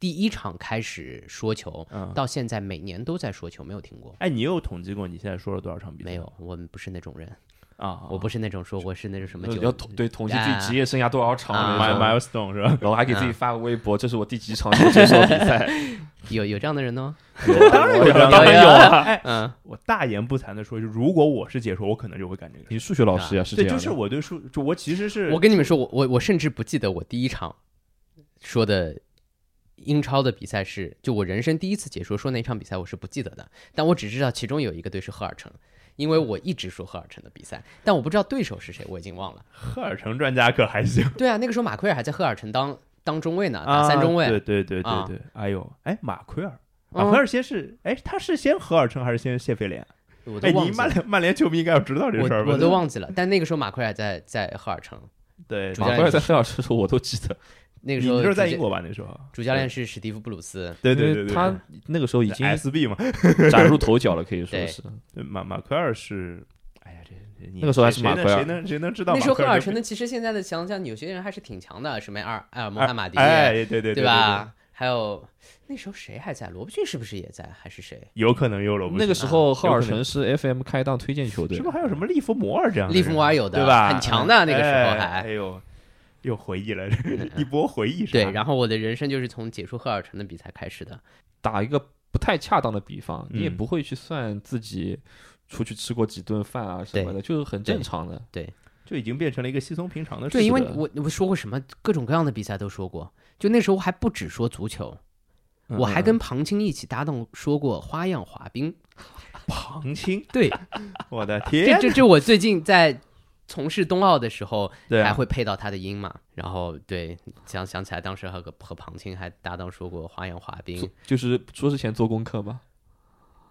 S2: 第一场开始说球，
S1: 嗯，
S2: 到现在每年都在说球，没有停过。
S1: 哎，你有统计过你现在说了多少场比赛？
S2: 没有，我们不是那种人，
S1: 啊，
S2: 我不是那种说我是那种什么
S3: 呃
S2: 酒，
S3: 要统对统计自己职业生涯多少场
S2: 啊
S3: 的
S1: ，my
S3: 那
S1: milestone
S3: 种，
S1: 是吧？
S3: 然后还给
S1: 嗯
S3: 自己发个微博，这是我第几场接受比赛，
S2: 有有这样的人 呢？
S1: 当 然有
S3: 有
S1: 这样的
S3: 当然有啊。
S1: 哎，
S2: 嗯，
S1: 我大言不惭的说一句，如果我是解说，我可能就会干这个事。
S3: 你数学老师啊呀是这
S1: 对，
S3: 样的，
S1: 就是我对数，就我其实是
S2: 我跟你们说，我我我甚至不记得我第一场说的英超的比赛是，就我人生第一次解说说那一场比赛我是不记得的，但我只知道其中有一个队是赫尔城。因为我一直说赫尔城的比赛，但我不知道对手是谁，我已经忘了。
S1: 赫尔城专家可还行。
S2: 对啊，那个时候马奎尔还在赫尔城当当中卫呢，啊打三中卫。
S1: 对对对对
S2: 啊
S1: 对，哎呦，哎，马奎尔，马
S2: 嗯
S1: 奎尔先是，哎，他是先赫尔城还是先谢菲联？
S2: 我都
S1: 哎，
S2: 忘
S1: 你
S2: 记
S1: 曼
S2: 了，
S1: 联曼联球迷应该要知道这事儿吧？
S2: 我我都忘记了。但那个时候马奎尔在在赫尔城，
S1: 对，
S2: 主
S3: 马
S1: 马奎尔
S2: 教
S3: 奎尔在费老师说我都记得，
S2: 那个
S1: 你
S2: 时候
S1: 你就是在
S2: 主
S1: 英
S2: 教
S1: 国吧？那时候，
S2: 主教练是史蒂夫布鲁斯。
S1: 对对
S3: 因
S1: 对
S3: 为
S1: 对，
S3: 他那个时候 已经
S1: SB 嘛，
S3: 崭入头角了，可以说是。
S1: 对马马奎尔是，哎呀，这这你
S3: 那个时候还是
S1: 谁能
S3: 马奎尔
S1: 谁能谁能知道
S2: 那
S1: 马
S2: 时候
S1: 奎
S2: 赫
S1: 尔
S2: 尔
S1: 这
S2: 城的，其实现在的想想，有些人还是挺强的，什么埃尔埃尔
S1: 哎
S2: 穆罕马迪，
S1: 哎，对对对对对
S2: 吧？还有那时候谁还在？罗伯逊是不是也在？还是谁？
S1: 有可能又罗布
S3: 那个时候赫尔
S1: 有可
S3: 城是 FM 开档推荐球队
S1: 是不，是还有什么利弗摩尔这样的人？
S2: 利弗摩尔有的
S1: 对吧？
S2: 很强的那个时候
S1: 哎
S2: 还嗯
S1: 哎呦，又回忆了 一波回忆杀。
S2: 对，然后我的人生就是从解说赫尔城的比赛开始
S1: 啊
S2: 的。
S3: 打一个不太恰当的比方，你也
S1: 嗯
S3: 不会去算自己出去吃过几顿饭啊什么的，就是很正常的。
S1: 就已经变成了一个稀松平常的事。
S2: 对，因为
S3: 的
S2: 我我说过什么各种各样的比赛都说过，就那时候还不只说足球，
S1: 嗯
S2: 我
S3: 嗯
S2: 还跟庞青一起搭档说过花样滑冰。
S1: 庞 青，
S2: 对，
S1: 我的
S2: 这
S1: 天，
S2: 这这我最近在从事冬奥的时候，
S1: 对
S2: 还
S1: 啊，
S2: 会配到他的音嘛。然后对，想想起来当时和个和庞青还搭档说过花样滑
S3: 做
S2: 冰。
S3: 就是说之前做功课吗？。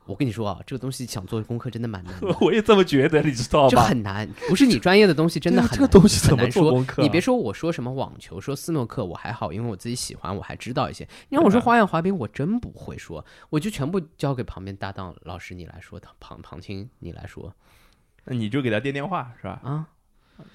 S2: 我跟你说啊，这个东西想做功课真的蛮难的
S3: 我也这么觉得，你知道
S2: 这
S3: 吧？
S2: 很难，不是你专业的东西，真的
S3: 对啊
S2: 很
S3: 这个
S2: 难。
S3: 东西怎么
S2: 很难
S3: 做
S2: 说
S3: 功课啊？
S2: 你别说我说什么网球，说斯诺克我还好，因为我自己喜欢，我还知道一些。
S3: 啊
S2: 你让我说花样滑冰，我真不会说，我就全部交给旁边搭档老师你来说，庞庞青你来说
S1: 那你就给他电电话是吧？
S2: 啊，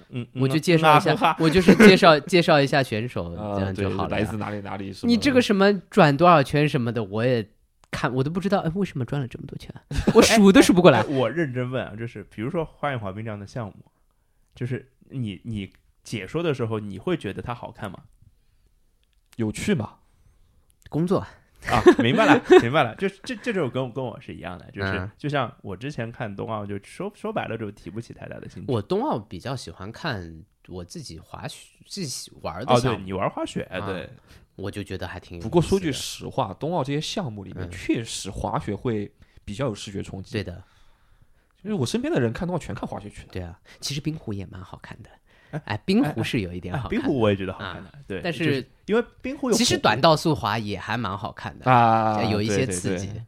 S1: 嗯，嗯
S2: 我就介绍
S1: 嗯啊哈
S2: 一下
S1: 哈，
S2: 我就是介绍介绍一下选手，这
S3: 啊，
S2: 样
S3: 对
S2: 就，好了
S3: 来
S2: 呀。
S3: 自哪里哪里？什么
S2: 你这个什么转多少圈什么的，我也看我都不知道，哎，为什么转了这么多圈？啊 我数都数不过来
S1: 哎。我认真问啊，就是比如说花样滑冰这样的项目，就是你你解说的时候，你会觉得它好看吗？
S3: 有趣嘛？
S2: 工作，
S1: 啊，明白了，明白了，就是这这种跟我跟我是一样的，就是、
S2: 嗯
S1: 就像我之前看冬奥，就说说白了就提不起太大的兴趣。
S2: 我冬奥比较喜欢看我自己滑雪自己玩的
S1: 哦，对
S2: 项目，
S1: 你玩滑雪，
S2: 啊
S1: 对，
S2: 我就觉得还嗯挺有意思的。
S3: 不过说句实话，冬奥这些项目里面
S2: 嗯
S3: 确实滑雪会比较有视觉冲击。
S2: 对，的，
S3: 因为我身边的人看冬奥全看滑雪去的。
S2: 对啊，其实冰壶也蛮好看的。哎，冰壶是有一点
S1: 哎
S2: 好看
S1: 冰
S2: 的，啊
S1: 壶我也觉得好看的，对，
S2: 但
S1: 就是
S2: 是
S1: 因为冰壶有
S2: 其实
S1: 弧
S2: 短道速滑也还蛮好看的，
S3: 啊
S2: 哎有一
S3: 对
S2: 些
S3: 对
S2: 刺
S3: 对
S2: 激。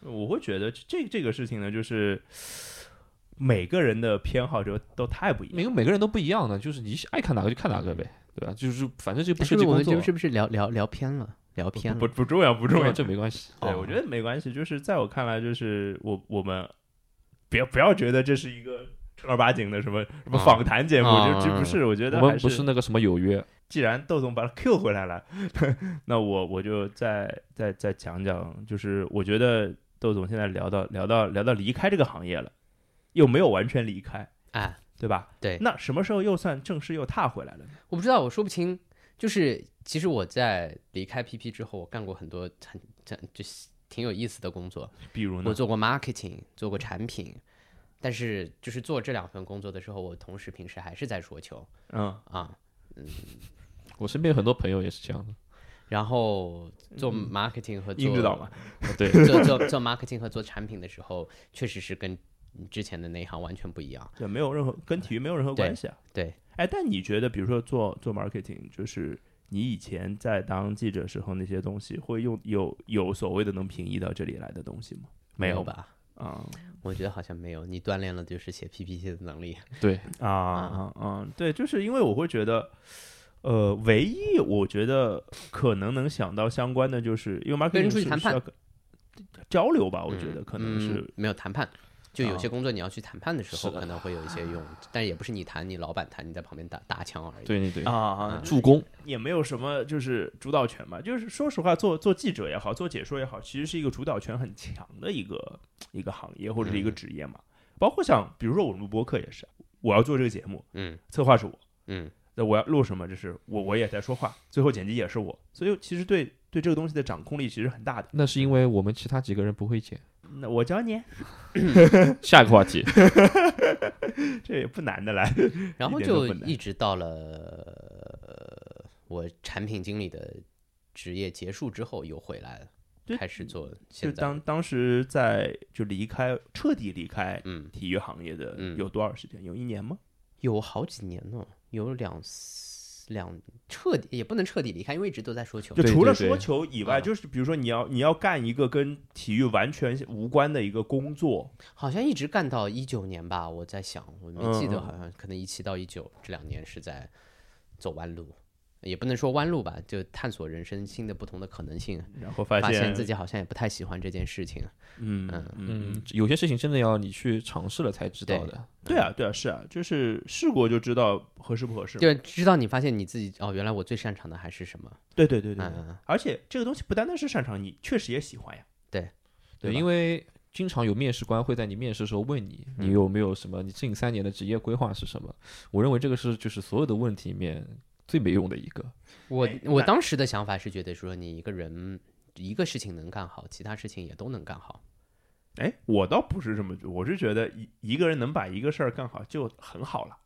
S1: 我会觉得这这个事情呢，就是每个人的偏好就都太不一
S3: 每
S1: 样。
S3: 个每个人都不一样的，就是你爱看哪个就看哪个呗，对吧？就是反正就不涉
S2: 是
S3: 及
S2: 是我
S3: 工
S2: 们
S3: 作
S2: 就是，不是聊聊聊偏了？聊偏
S1: 不
S2: 了。
S1: 不重要，不重要。
S3: 这没关系。
S2: 哦
S1: 对，我觉得没关系。就是在我看来，就是我我们不要不要觉得这是一个正儿八经的什么什么
S2: 啊
S1: 访谈节目，
S2: 啊
S1: 这这不是。我觉得
S3: 我
S1: 还
S3: 们不是那个什么有约，
S1: 既然窦总把他 Q 回来了， 那我我就再再再讲讲，就是我觉得窦总现在聊到聊到聊到离开这个行业了，又没有完全离开，
S2: 哎，
S1: 对吧？
S2: 对
S1: 那什么时候又算正式又踏回来了呢？
S2: 我不知道，我说不清。就是其实我在离开 PP 之后，我干过很多很很就是挺有意思的工作。
S1: 比如呢
S2: 我，做过 marketing，做过产品，但是就是做这两份工作的时候，我同时平时还是在说球
S1: 嗯，
S2: 啊，
S3: 我身边很多朋友也是这样的。
S2: 然后做 marketing 和做
S1: 英指导嘛，
S3: 对，
S2: 做做做 marketing 和做产品的时候，确实是跟之前的那一行完全不一样。
S1: 对，没有任何跟体育没有任何
S2: 对
S1: 关系啊。
S2: 对，
S1: 哎，但你觉得，比如说做做 marketing，就是你以前在当记者时候那些东西，会用有有所谓的能平移到这里来的东西吗？有
S2: 有
S1: 吧？
S2: 吧？
S1: 啊
S2: 我觉得好像没有。你锻炼了就是写 PPT 的能力，
S1: 啊啊
S2: 嗯
S1: 啊！对，就是因为我会觉得。呃，唯一我觉得可能能想到相关的，就是因为 marketing
S2: 跟人出去
S1: 是
S2: 谈
S1: 需要
S2: 判
S1: 跟交流吧，我觉
S2: 嗯
S1: 得可能是啊
S2: 嗯没有谈判。就有些工作你要去谈判的时候，
S3: 是的
S2: 可能会有一些用，但也不是你谈，你老板谈，你在旁边打打枪而已。
S3: 对对对，
S1: 啊，
S3: 助攻
S1: 也没有什么就是主导权吧。就是说实话，做做记者也好，做解说也好，其实是一个主导权很强的一个一个行业或者是一个职业嘛。包括像比如说我录播客也是，我要做这个节目，
S2: 嗯
S1: 策划是我，
S2: 嗯，
S1: 那我要录什么，就是我我也在说话，最后剪辑也是我，所以其实对对这个东西的掌控力其实很大的。
S3: 那是因为我们其他几个人不会剪。
S1: 那我教你，
S3: 下一个话题，
S1: 这也不难的来。
S2: 然后
S1: 一点都
S2: 就
S1: 不难
S2: 一直到了我产品经理的职业结束之后，又回来
S1: 对
S2: 开始做
S1: 就
S2: 现在
S1: 当当时在就离开彻底离开
S2: 嗯，
S1: 体育行业的
S2: 嗯
S1: 有多少时间？有一年吗？
S2: 有好几年呢，有两两彻底也不能彻底离开，因为一直都在说球
S1: 就。
S3: 对
S1: 除
S3: 对
S1: 了
S3: 对
S1: 说球以外，
S2: 嗯
S1: 就是比如说你要你要干一个跟体育完全无关的一个工作，
S2: 好像一直干到一九年吧，我在想，我没记
S1: 嗯
S2: 得，
S1: 嗯
S2: 好像可能一七到一九这两年是在走弯路，也不能说弯路吧，就探索人生新的不同的可能性，
S1: 然后发
S2: 发
S1: 现
S2: 现自己好像也不太喜欢这件事情。
S1: 嗯
S2: 嗯
S1: 嗯
S3: 嗯，有些事情真的要你去尝试了才知道的。
S1: 对啊对啊是啊，就是试过就知道合适不合适嘛。
S2: 就知道你发现你自己哦，原来我最擅长的还是什么？
S1: 对对对对对，
S2: 嗯，
S1: 而且这个东西不单单是擅长，你确实也喜欢呀。对
S3: 对，
S1: 吧
S3: 因为经常有面试官会在你面试的时候问你，你有没有什么？你近三年的职业规划是什么？我认为这个是就是所有的问题里面最没用的一个。
S2: 我
S1: 哎
S2: 我
S1: 那
S2: 当时的想法是觉得说，你一个人一个事情能干好，其他事情也都能干好。
S1: 哎，我倒不是这么觉得，我是觉得一一个人能把一个事儿干好就很好了。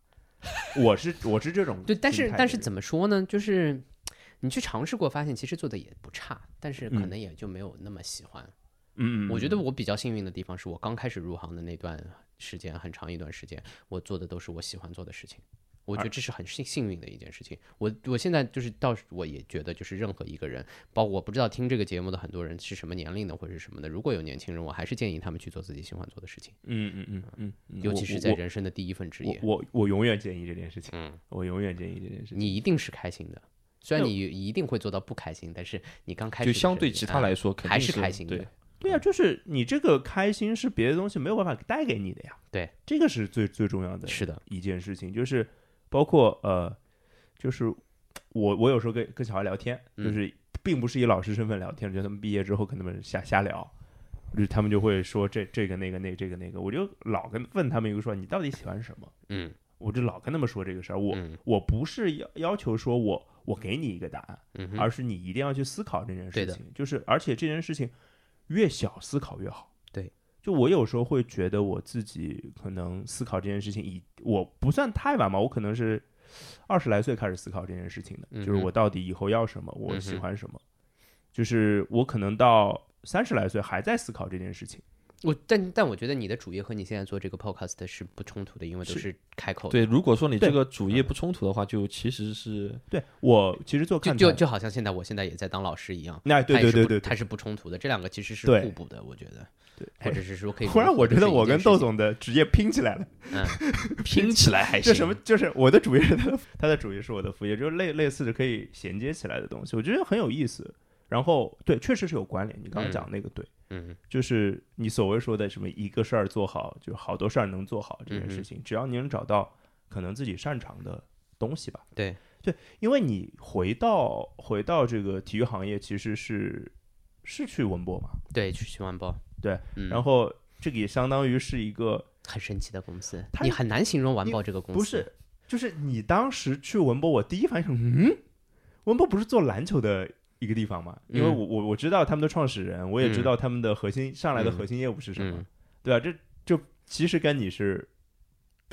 S1: 我是我是这种
S2: 对，但是但是怎
S1: 么
S2: 么说呢？就是你去尝试过，发现其实做的也不差，但是可
S1: 嗯
S2: 能也就没有那么喜欢。
S1: 嗯嗯，
S2: 我觉得
S1: 嗯
S2: 我比较幸运的地方是我刚开始入行的那段时间，很长一段时间，我做的都是我喜欢做的事情。我觉得这是很幸幸运的一件事情。我我现在就是到，我也觉得就是任何一个人，包括我不知道听这个节目的很多人是什么年龄的或者是什么的，如果有年轻人，我还是建议他们去做自己喜欢做的事情，
S1: 嗯嗯嗯嗯嗯，
S2: 尤其
S1: 我
S2: 是在
S1: 我
S2: 人生的第一份职
S1: 我
S2: 业，
S1: 我我永远建议这件事情，
S2: 嗯，
S1: 我永远建议这件事情。
S2: 你一定是开心的。虽然
S1: 对
S2: 你一定会做到不开心，但是你刚开始
S3: 就
S2: 的
S3: 相
S2: 时候
S3: 对
S2: 你
S3: 其他
S2: 嗯
S3: 来说，肯定
S2: 还是开心的
S3: 对，
S1: 对啊，就是你这个开心是别的东西没有办法带给你的呀。
S2: 对，
S1: 这个是最最重要的
S2: 是的，
S1: 一件事情，就是包括呃，就是我我有时候跟跟小孩聊天，
S2: 嗯
S1: 就是并不是以老师身份聊天，觉得他们毕业之后跟他们瞎瞎聊。就是他们就会说这这个那个那这个那个，我就老跟问他们一个说你到底喜欢什么，
S2: 嗯
S1: 我就老跟他们说这个事儿。我、
S2: 嗯
S1: 我不是要要求说我我给你一个答案，
S2: 嗯哼，
S1: 而是你一定要去思考这件
S2: 对
S1: 事
S2: 的
S1: 情。就是，而且这件事情越小思考越好。
S2: 对，
S1: 就我有时候会觉得我自己可能思考这件事情以我不算太晚吧，我可能是二十来岁开始思考这件事情的，
S2: 嗯
S1: 就是我到底以后要什么，我喜欢什么，就是我可能到三十来岁还在思考这件事情。
S2: 我但但我觉得你的主业和你现在做这个 podcast 是不冲突的，因为都
S1: 是
S2: 是开口的
S3: 对，嗯如果说你
S1: 对
S3: 这个主业不冲突的话，就其实是
S1: 对我其实做
S2: 就
S1: 看
S2: 就
S1: 台
S2: 就好像现在我现在也在当老师一样，
S1: 那对对
S2: 它也
S1: 对
S2: 是不
S1: 对
S2: 它是不冲突的，这两个其实是
S1: 对
S2: 互补的，我觉得，
S1: 对，
S2: 或者是说可
S1: 哎
S2: 以融
S1: 忽
S2: 合的是
S1: 然我觉
S2: 一件事情。嗯
S1: 得我跟窦总的职业拼起来了。
S3: 拼起来还
S1: 这什么？就是我的主业是他的，哎 他的主业是我的副业，就是类类似的可以衔接起来的东西，我觉得很有意思。然后对，确实是有关联。你刚刚讲那个对，
S2: 嗯，
S1: 就是你所谓说的什么一个事儿做好，就好多事儿能做好这件事情，只要你能找到可能自己擅长的东西吧。
S2: 对
S1: 对，因为你回到回到这个体育行业，其实是是去文博嘛，
S2: 对，去去完包，
S1: 对，
S2: 嗯，
S1: 然后这个也相当于是一个
S2: 很神奇的公司，
S1: 它
S2: 你很难形容完
S1: 你
S2: 爆这个公司，
S1: 不是，就是你当时去文博，我第一反应是，嗯，文博不是做篮球的一个地方嘛，因为
S2: 嗯
S1: 我我我知道他们的创始人，我也知道他们的核心上来的核心业务是什么，
S2: 嗯
S1: 对吧、这就其实跟你是，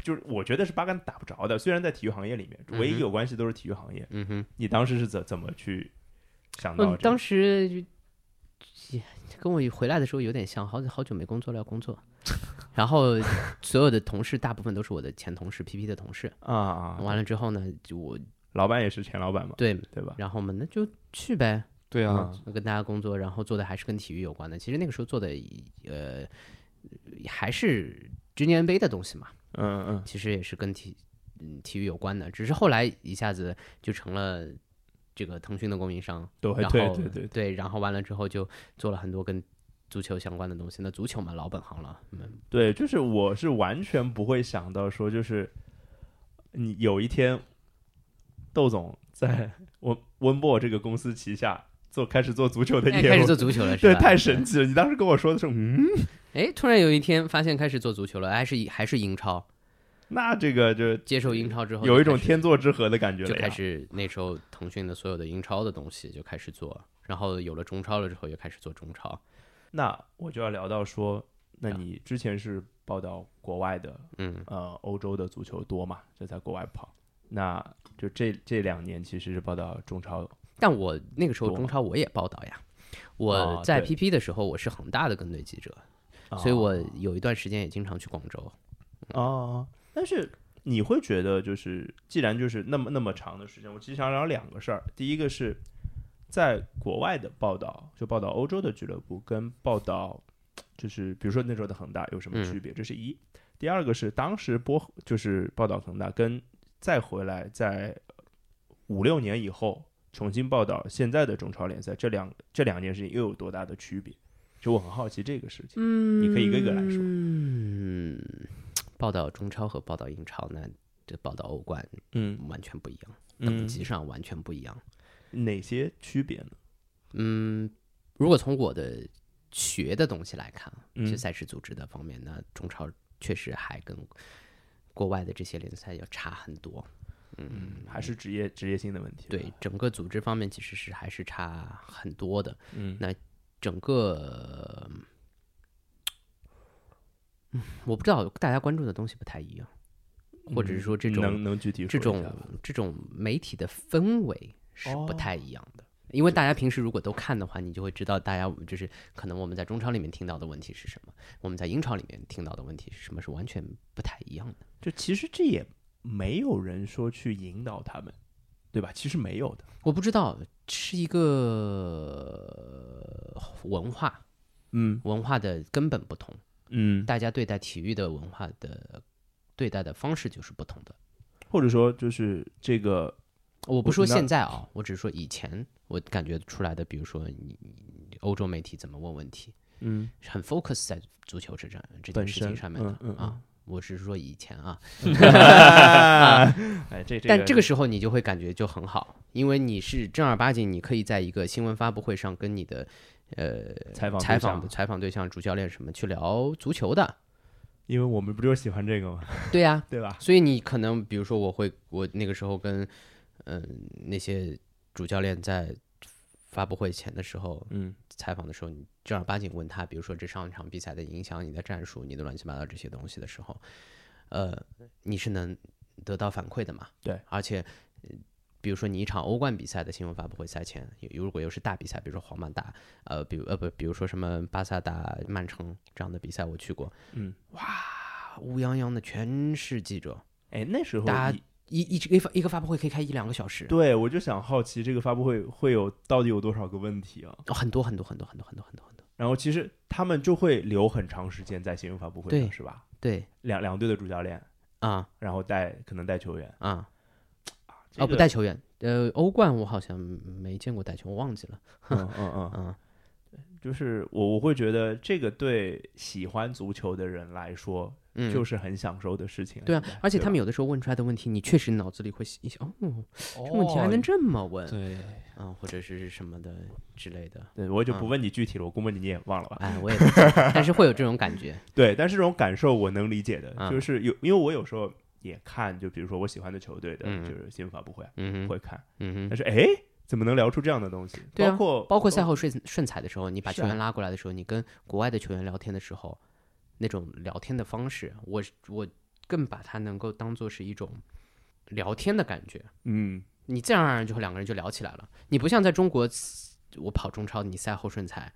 S1: 就是我觉得是八竿子打不着的。虽然在体育行业里
S2: 嗯哼
S1: 面，唯一有关系都是体育行业。
S2: 嗯哼，
S1: 你当时是怎怎么去想到、这
S2: 嗯，当
S1: 时
S2: 时就也跟我回来的时候有点像，好久好久没工作了，要 工作。然后所有的同事大部分都是我的前同事，PP 的同事。
S1: 啊啊，
S2: 完了之后呢，就我
S1: 老板也是前老板嘛，
S2: 对，
S1: 对吧？
S2: 然后我们那就去呗，
S3: 对啊，
S2: 我跟大家工作，然后做的还是跟体育有关的。其实那个时候做的呃还是 Junior NBA 的东西嘛，
S1: 嗯嗯
S2: 其实也是跟体嗯体育有关的，只是后来一下子就成了这个腾讯的供应商，
S1: 对
S2: 然后
S1: 哎对对对
S2: 然后完了之后就做了很多跟足球相关的东西。那足球嘛，老本 行了，嗯，
S1: 对，就是我是完全不会想到说，就是你有一天，窦总在温温博这个公司旗下做开始做足球的
S2: 哎
S1: 业务，
S2: 开始做足球 了，是
S1: 对，
S2: 吧
S1: 太神。奇了！你当时跟我说的是，嗯，
S2: 哎，突然有一天发现开始做足球了，还是还是英超，
S1: 那这个就
S2: 接受英超之后就
S1: 有一种
S2: 开始
S1: 天作之合的感觉
S2: 就
S1: 了呀
S2: 开始那时候腾讯的所有的英超的东西就开始做，然后有了中超了之后又开始做中超，
S1: 那我就要聊到说，那你之前是报道国外的，
S2: 啊嗯，
S1: 呃，欧洲的足球多嘛，就在国外跑。那就这这两年其实是报道中超，
S2: 但我那个时候
S1: 多
S2: 中超我也报道呀，我
S1: 哦
S2: 在
S1: 对啊
S2: PP 的时候我是恒大的跟队记者，
S1: 呃
S2: 所以我有一段时间也经常去广州。
S1: 哦，但是你会觉得，就是既然就是那么那么长的时间，我其实想聊两个事儿。第一个是在国外的报道，就报道欧洲的俱乐部跟报道就是比如说那时候的恒大有什么
S2: 嗯
S1: 区别，这是一。第二个是当时播就是报道恒大跟再回来在五六年以后重新报道现在的中超联赛，这两这两件事情又有多大的区别？就我很好奇这个事情，
S2: 嗯
S1: 你可以一个一个来说
S2: 嗯，报道中超和报道英超那这报道欧冠
S1: 嗯
S2: 完全不一样，等级上完全不一样。
S1: 哪些区别呢？
S2: 嗯，如果从我的学的东西来看，啊
S1: 嗯
S2: 就赛事组织的方面，那中超确实还跟国外的这些联赛要差很多。
S1: 嗯，还是职业职业性的问题。
S2: 对，，整个组织方面其实是还是差很多的。
S1: 嗯
S2: 整个，嗯，我不知道大家关注的东西不太一样，或者是说这种
S1: 嗯能能具体说
S2: 这
S1: 一
S2: 种
S1: 下吗
S2: 这种媒体的氛围是
S1: 哦
S2: 不太一样的。因为大家平时如果都看的话，你就会知道，大家就是可能我们在中超里面听到的问题是什么，我们在英超里面听到的问题是什么，是完全不太一样的。
S1: 就其实这也没有人说去引导他们，对吧？其实没有的。
S2: 我不知道是一个文化
S1: 嗯
S2: 文化的根本不同，
S1: 嗯，
S2: 大家对待体育的文化的对待的方式就是不同的。
S1: 或者说就是这个，
S2: 我不说
S1: 那
S2: 现在啊，我只是说以前我感觉出来的，比如说你你欧洲媒体怎么问问题，
S1: 嗯
S2: 很 focus 在足球这件这件
S1: 本
S2: 事情
S1: 身
S2: 上面的、
S1: 嗯嗯
S2: 啊。我是说以前啊，
S1: 哎，这这
S2: 但这个时候你就会感觉就很好，因为你是正儿八经，你可以在一个新闻发布会上跟你的呃
S1: 采访
S2: 采
S1: 对
S2: 访
S1: 象
S2: 采访对象、主教练什么去聊足球的，
S1: 因为我们不就喜欢这个吗？
S2: 对啊呀、
S1: 对吧？
S2: 所以你可能比如说，我会我那个时候跟嗯、那些主教练在发布会前的时候，
S1: 嗯，
S2: 采访的时候，你正儿八经问他，比如说这上一场比赛的影响、你的战术、你的乱七八糟这些东西的时候，呃，你是能得到反馈的嘛？
S1: 对，
S2: 而且。呃比如说，你一场欧冠比赛的新闻发布会赛前，有如果又是大比赛，比如说皇马打，呃，比如呃不，比如说什么巴萨打曼城这样的比赛，我去过，
S1: 嗯，
S2: 哇，乌泱泱的全是记者，
S1: 哎，那时候
S2: 大家
S1: 你
S2: 一一一个一个发布会可以开一两个小时，
S1: 对我就想好奇这个发布会会有到底有多少个问题啊？
S2: 哦很多很多很多很多很多很多很多，
S1: 然后其实他们就会留很长时间在新闻发布会
S2: 对
S1: 上，是吧？
S2: 对
S1: 两两队的主教练，
S2: 啊
S1: 然后带可能带球员
S2: 啊
S1: 这
S2: 哦不
S1: 个
S2: 带球员，呃欧冠我好像没见过带球，我忘记了，
S1: 嗯嗯嗯，
S2: 嗯
S1: 就是我我会觉得这个对喜欢足球的人来说，
S2: 嗯
S1: 就。是很享受的事情。
S2: 对啊
S1: 现在，
S2: 而且他们
S1: 对吧
S2: 有的时候问出来的问题，你确实脑子里会一想，哦，
S3: 这
S2: 这问题还能这么问，
S3: 对，
S2: 嗯，或者是什么的之类的，
S1: 对我就
S2: 嗯
S1: 不问你具体了，我估摸你你也忘了吧？
S2: 哎，我也不知道，但是会有这种感觉，
S1: 对，但是这种感受我能理解的，
S2: 嗯
S1: 就是有，因为我有时候也看，就比如说我喜欢的球队的，
S2: 嗯
S1: 就是新闻发布会啊
S2: 嗯哼，
S1: 会看，
S2: 嗯
S1: 但
S2: 哼，
S1: 是哎，怎么能聊出这样的东西？
S2: 对啊
S1: 包括
S2: 包括赛后顺顺彩的时候，你把
S1: 哦是
S2: 球
S1: 啊
S2: 员拉过来的时候，你跟国外的球员聊天的时候，那种聊天的方式，我我更把它能够当做是一种聊天的感觉。
S1: 嗯，
S2: 你自然而然就会两个人就聊起来了。你不像在中国，我跑中超，你赛后顺彩，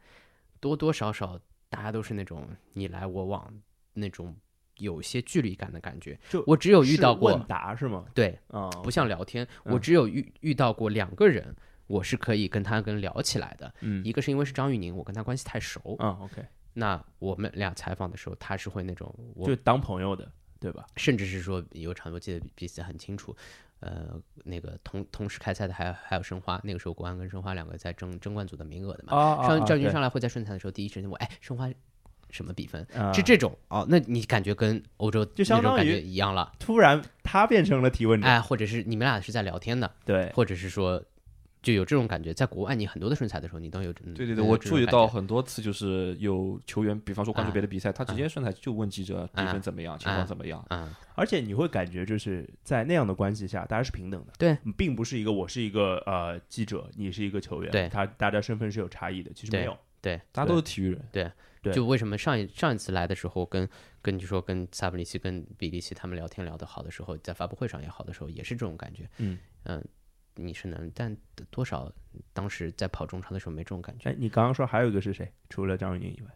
S2: 多多少少大家都是那种你来我往那种有些距离感的感觉。
S1: 就
S2: 我只有遇
S1: 是
S2: 到过
S1: 问，答是吗？
S2: 对，
S1: 啊、
S2: 不像聊天，我
S1: 嗯
S2: 只有遇遇到过两个人，我是可以跟他跟聊起来的。
S1: 嗯
S2: 一个是因为是张玉宁，我跟他关系太熟，
S1: 啊，OK，
S2: 那我们俩采访的时候，他是会那种，我
S1: 就当朋友的，对吧？
S2: 甚至是说有场我记得彼此很清楚，呃，那个同同时开赛的还有还有申花，那个时候国安跟申花两个在争争冠组的名额的嘛。
S1: 啊
S2: 上赵云上来会在顺彩的时候，第一时间我哎申花什么比分？
S1: 啊
S2: 是这种哦，那你感觉跟欧洲
S1: 就相
S2: 那种
S1: 当
S2: 感
S1: 于
S2: 觉一样了，
S1: 突然他变成了提问者，
S2: 哎，或者是你们俩是在聊天的，
S1: 对，
S2: 或者是说就有这种感觉，在国外你很多的顺彩的时候，你都有对
S3: 嗯对对对，我注意到很多次，就是有球员，比方说关注别的比赛，他直接上来就问记者比分怎么样，情况怎么样。
S2: 啊，
S1: 而且你会感觉就是在那样的关系下，大家是平等的，
S2: 对，
S1: 并不是一个我是一个呃记者，你是一个球员，
S2: 对
S1: 他大家身份是有差异的，其实
S2: 对
S1: 没有，
S3: 大家都是体育人，
S1: 对
S2: 就为什么上一上一次来的时候跟，跟就说跟萨布里奇、跟比利奇他们聊天聊得好的时候，在发布会上也好的时候，也是这种感觉。
S1: 嗯
S2: 嗯你是能，但多少当时在跑中超的时候没这种感觉。
S1: 哎，你刚刚说还有一个是谁？除了张玉宁以外，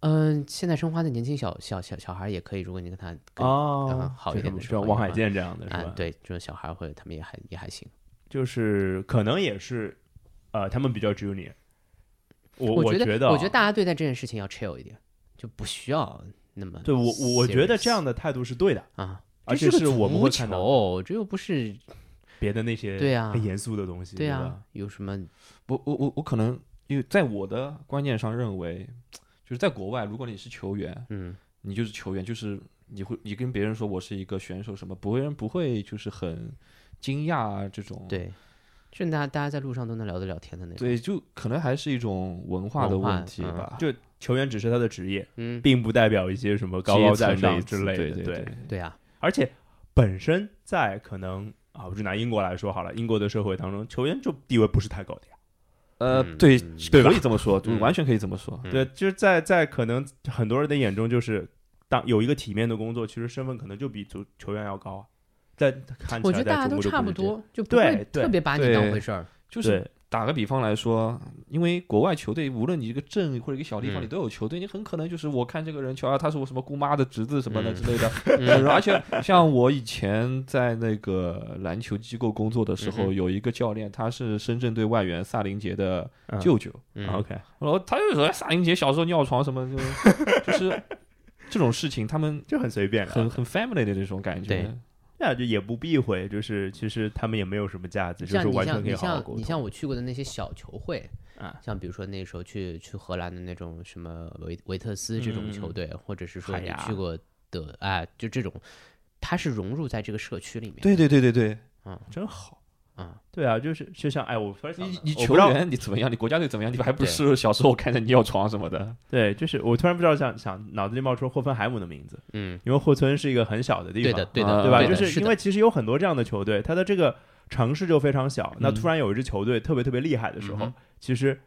S2: 嗯、现在申花的年轻小小小小孩也可以，如果你跟他跟
S1: 哦
S2: 嗯好一
S1: 就
S2: 点
S1: 是
S2: 的
S1: 像
S2: 是
S1: 王
S2: 吧
S1: 海剑这样的是
S2: 啊、
S1: 吧？，
S2: 对这种小孩会，他们也还也还行。
S1: 就是可能也是呃，他们比较 junior。我
S2: 我
S1: 觉
S2: 觉
S1: 得
S2: 得，
S1: 啊，
S2: 觉得大家对待这件事情要 chill 一点，就不需要那么
S1: 对我我我觉得这
S2: serious
S1: 样的态度是对的，
S2: 啊，
S1: 而
S2: 这
S1: 且
S2: 是
S1: 是我们
S2: 足
S1: 会看到
S2: 球，这又不是
S1: 别的那些
S2: 对啊
S1: 很严肃的东西，
S2: 对
S1: 吧
S2: 啊，有什么
S3: 我我我我可能因为在我的观念上认为，就是在国外，如果你是球员，
S2: 嗯
S3: 你就是球员，就是你会你跟别人说我是一个选手什么，别人不会就是很惊讶啊这种。
S2: 对，就哦大家大家在路上都能聊得聊天的那种，
S3: 对，就可能还是一种文化的
S2: 文化
S3: 问题
S2: 嗯
S3: 吧，
S1: 就球员只是他的职业，
S2: 嗯，
S1: 并不代表一些什么高
S3: 阶
S1: 高
S3: 层
S1: 在上
S3: 之
S1: 之类的。
S3: 对对，
S2: 对啊，
S1: 而且本身在可能啊，我就拿英国来说好了，英国的社会当中，球员就地位不是太高的呀。
S3: 呃，
S2: 嗯
S3: 对
S2: 嗯，
S1: 对吧
S3: 可以这么说，就
S2: 嗯
S3: 完全可以这么说。
S2: 嗯
S1: 对，就是在在可能很多人的眼中，就是当有一个体面的工作，其实身份可能就比足球员要高啊。但看起
S2: 我觉
S1: 来
S2: 得大
S1: 在
S2: 家
S1: 中
S2: 都
S1: 国就
S2: 差
S1: 不
S2: 不
S1: 是这样，
S2: 多，就不会
S1: 对对
S2: 特别把你当回事儿，
S3: 就是
S1: 对
S3: 打个比方来说，因为国外球队，无论你一个镇或者一个小地
S2: 嗯
S3: 方，你都有球队，你很可能就是我看这个人球啊，他是我什么姑妈的侄子什么的
S2: 嗯
S3: 之类的。
S2: 嗯
S3: 而且像我以前在那个篮球机构工作的时
S2: 嗯
S3: 候，
S2: 哼
S3: 有一个教练，他是深圳队外援萨林杰的
S1: 嗯
S3: 舅舅，
S2: 嗯
S1: 啊 OK，
S3: 然后他就说萨林杰小时候尿床什么，就 就是这种事情，他们
S1: 就很随便
S3: 很
S1: 了。
S3: 很 family 的这种感觉
S2: 对。
S1: 对啊，就也不避讳，就是其实他们也没有什么架子，就是
S2: 像你
S1: 完全
S2: 像
S1: 可以
S2: 你
S1: 好好
S2: 像
S1: 沟
S2: 你
S1: 通。
S2: 像我去过的那些小球会
S1: 啊，
S2: 像比如说那时候去去荷兰的那种什么维维特斯这种球队，或者是说
S1: 嗯海
S2: 你
S1: 牙
S2: 去过的哎，就这种，它是融入在这个社区里面，
S3: 对对对对对，
S1: 真好。
S2: 啊，
S1: 对啊，就是就像哎，我突然想
S3: 你
S1: 到
S3: 你
S1: 我不
S3: 球
S1: 知道
S3: 员你怎么样？你国家队怎么样？你还不
S2: 对
S3: 是小时候看着你尿床什么的？
S1: 对，就是我突然不知道想想脑子里冒出霍芬海姆的名字，
S2: 嗯，
S1: 因为霍村是一个很小的地
S2: 对
S1: 方，
S2: 的对
S3: 啊
S2: 的，
S1: 对吧？
S2: 的
S1: 就是
S2: 是
S1: 因
S2: 的
S1: 为其实有很多这样的球队，它的这个城市就非常小，那突然有一支球队特别特别厉害的时候，
S2: 嗯哼
S1: 其实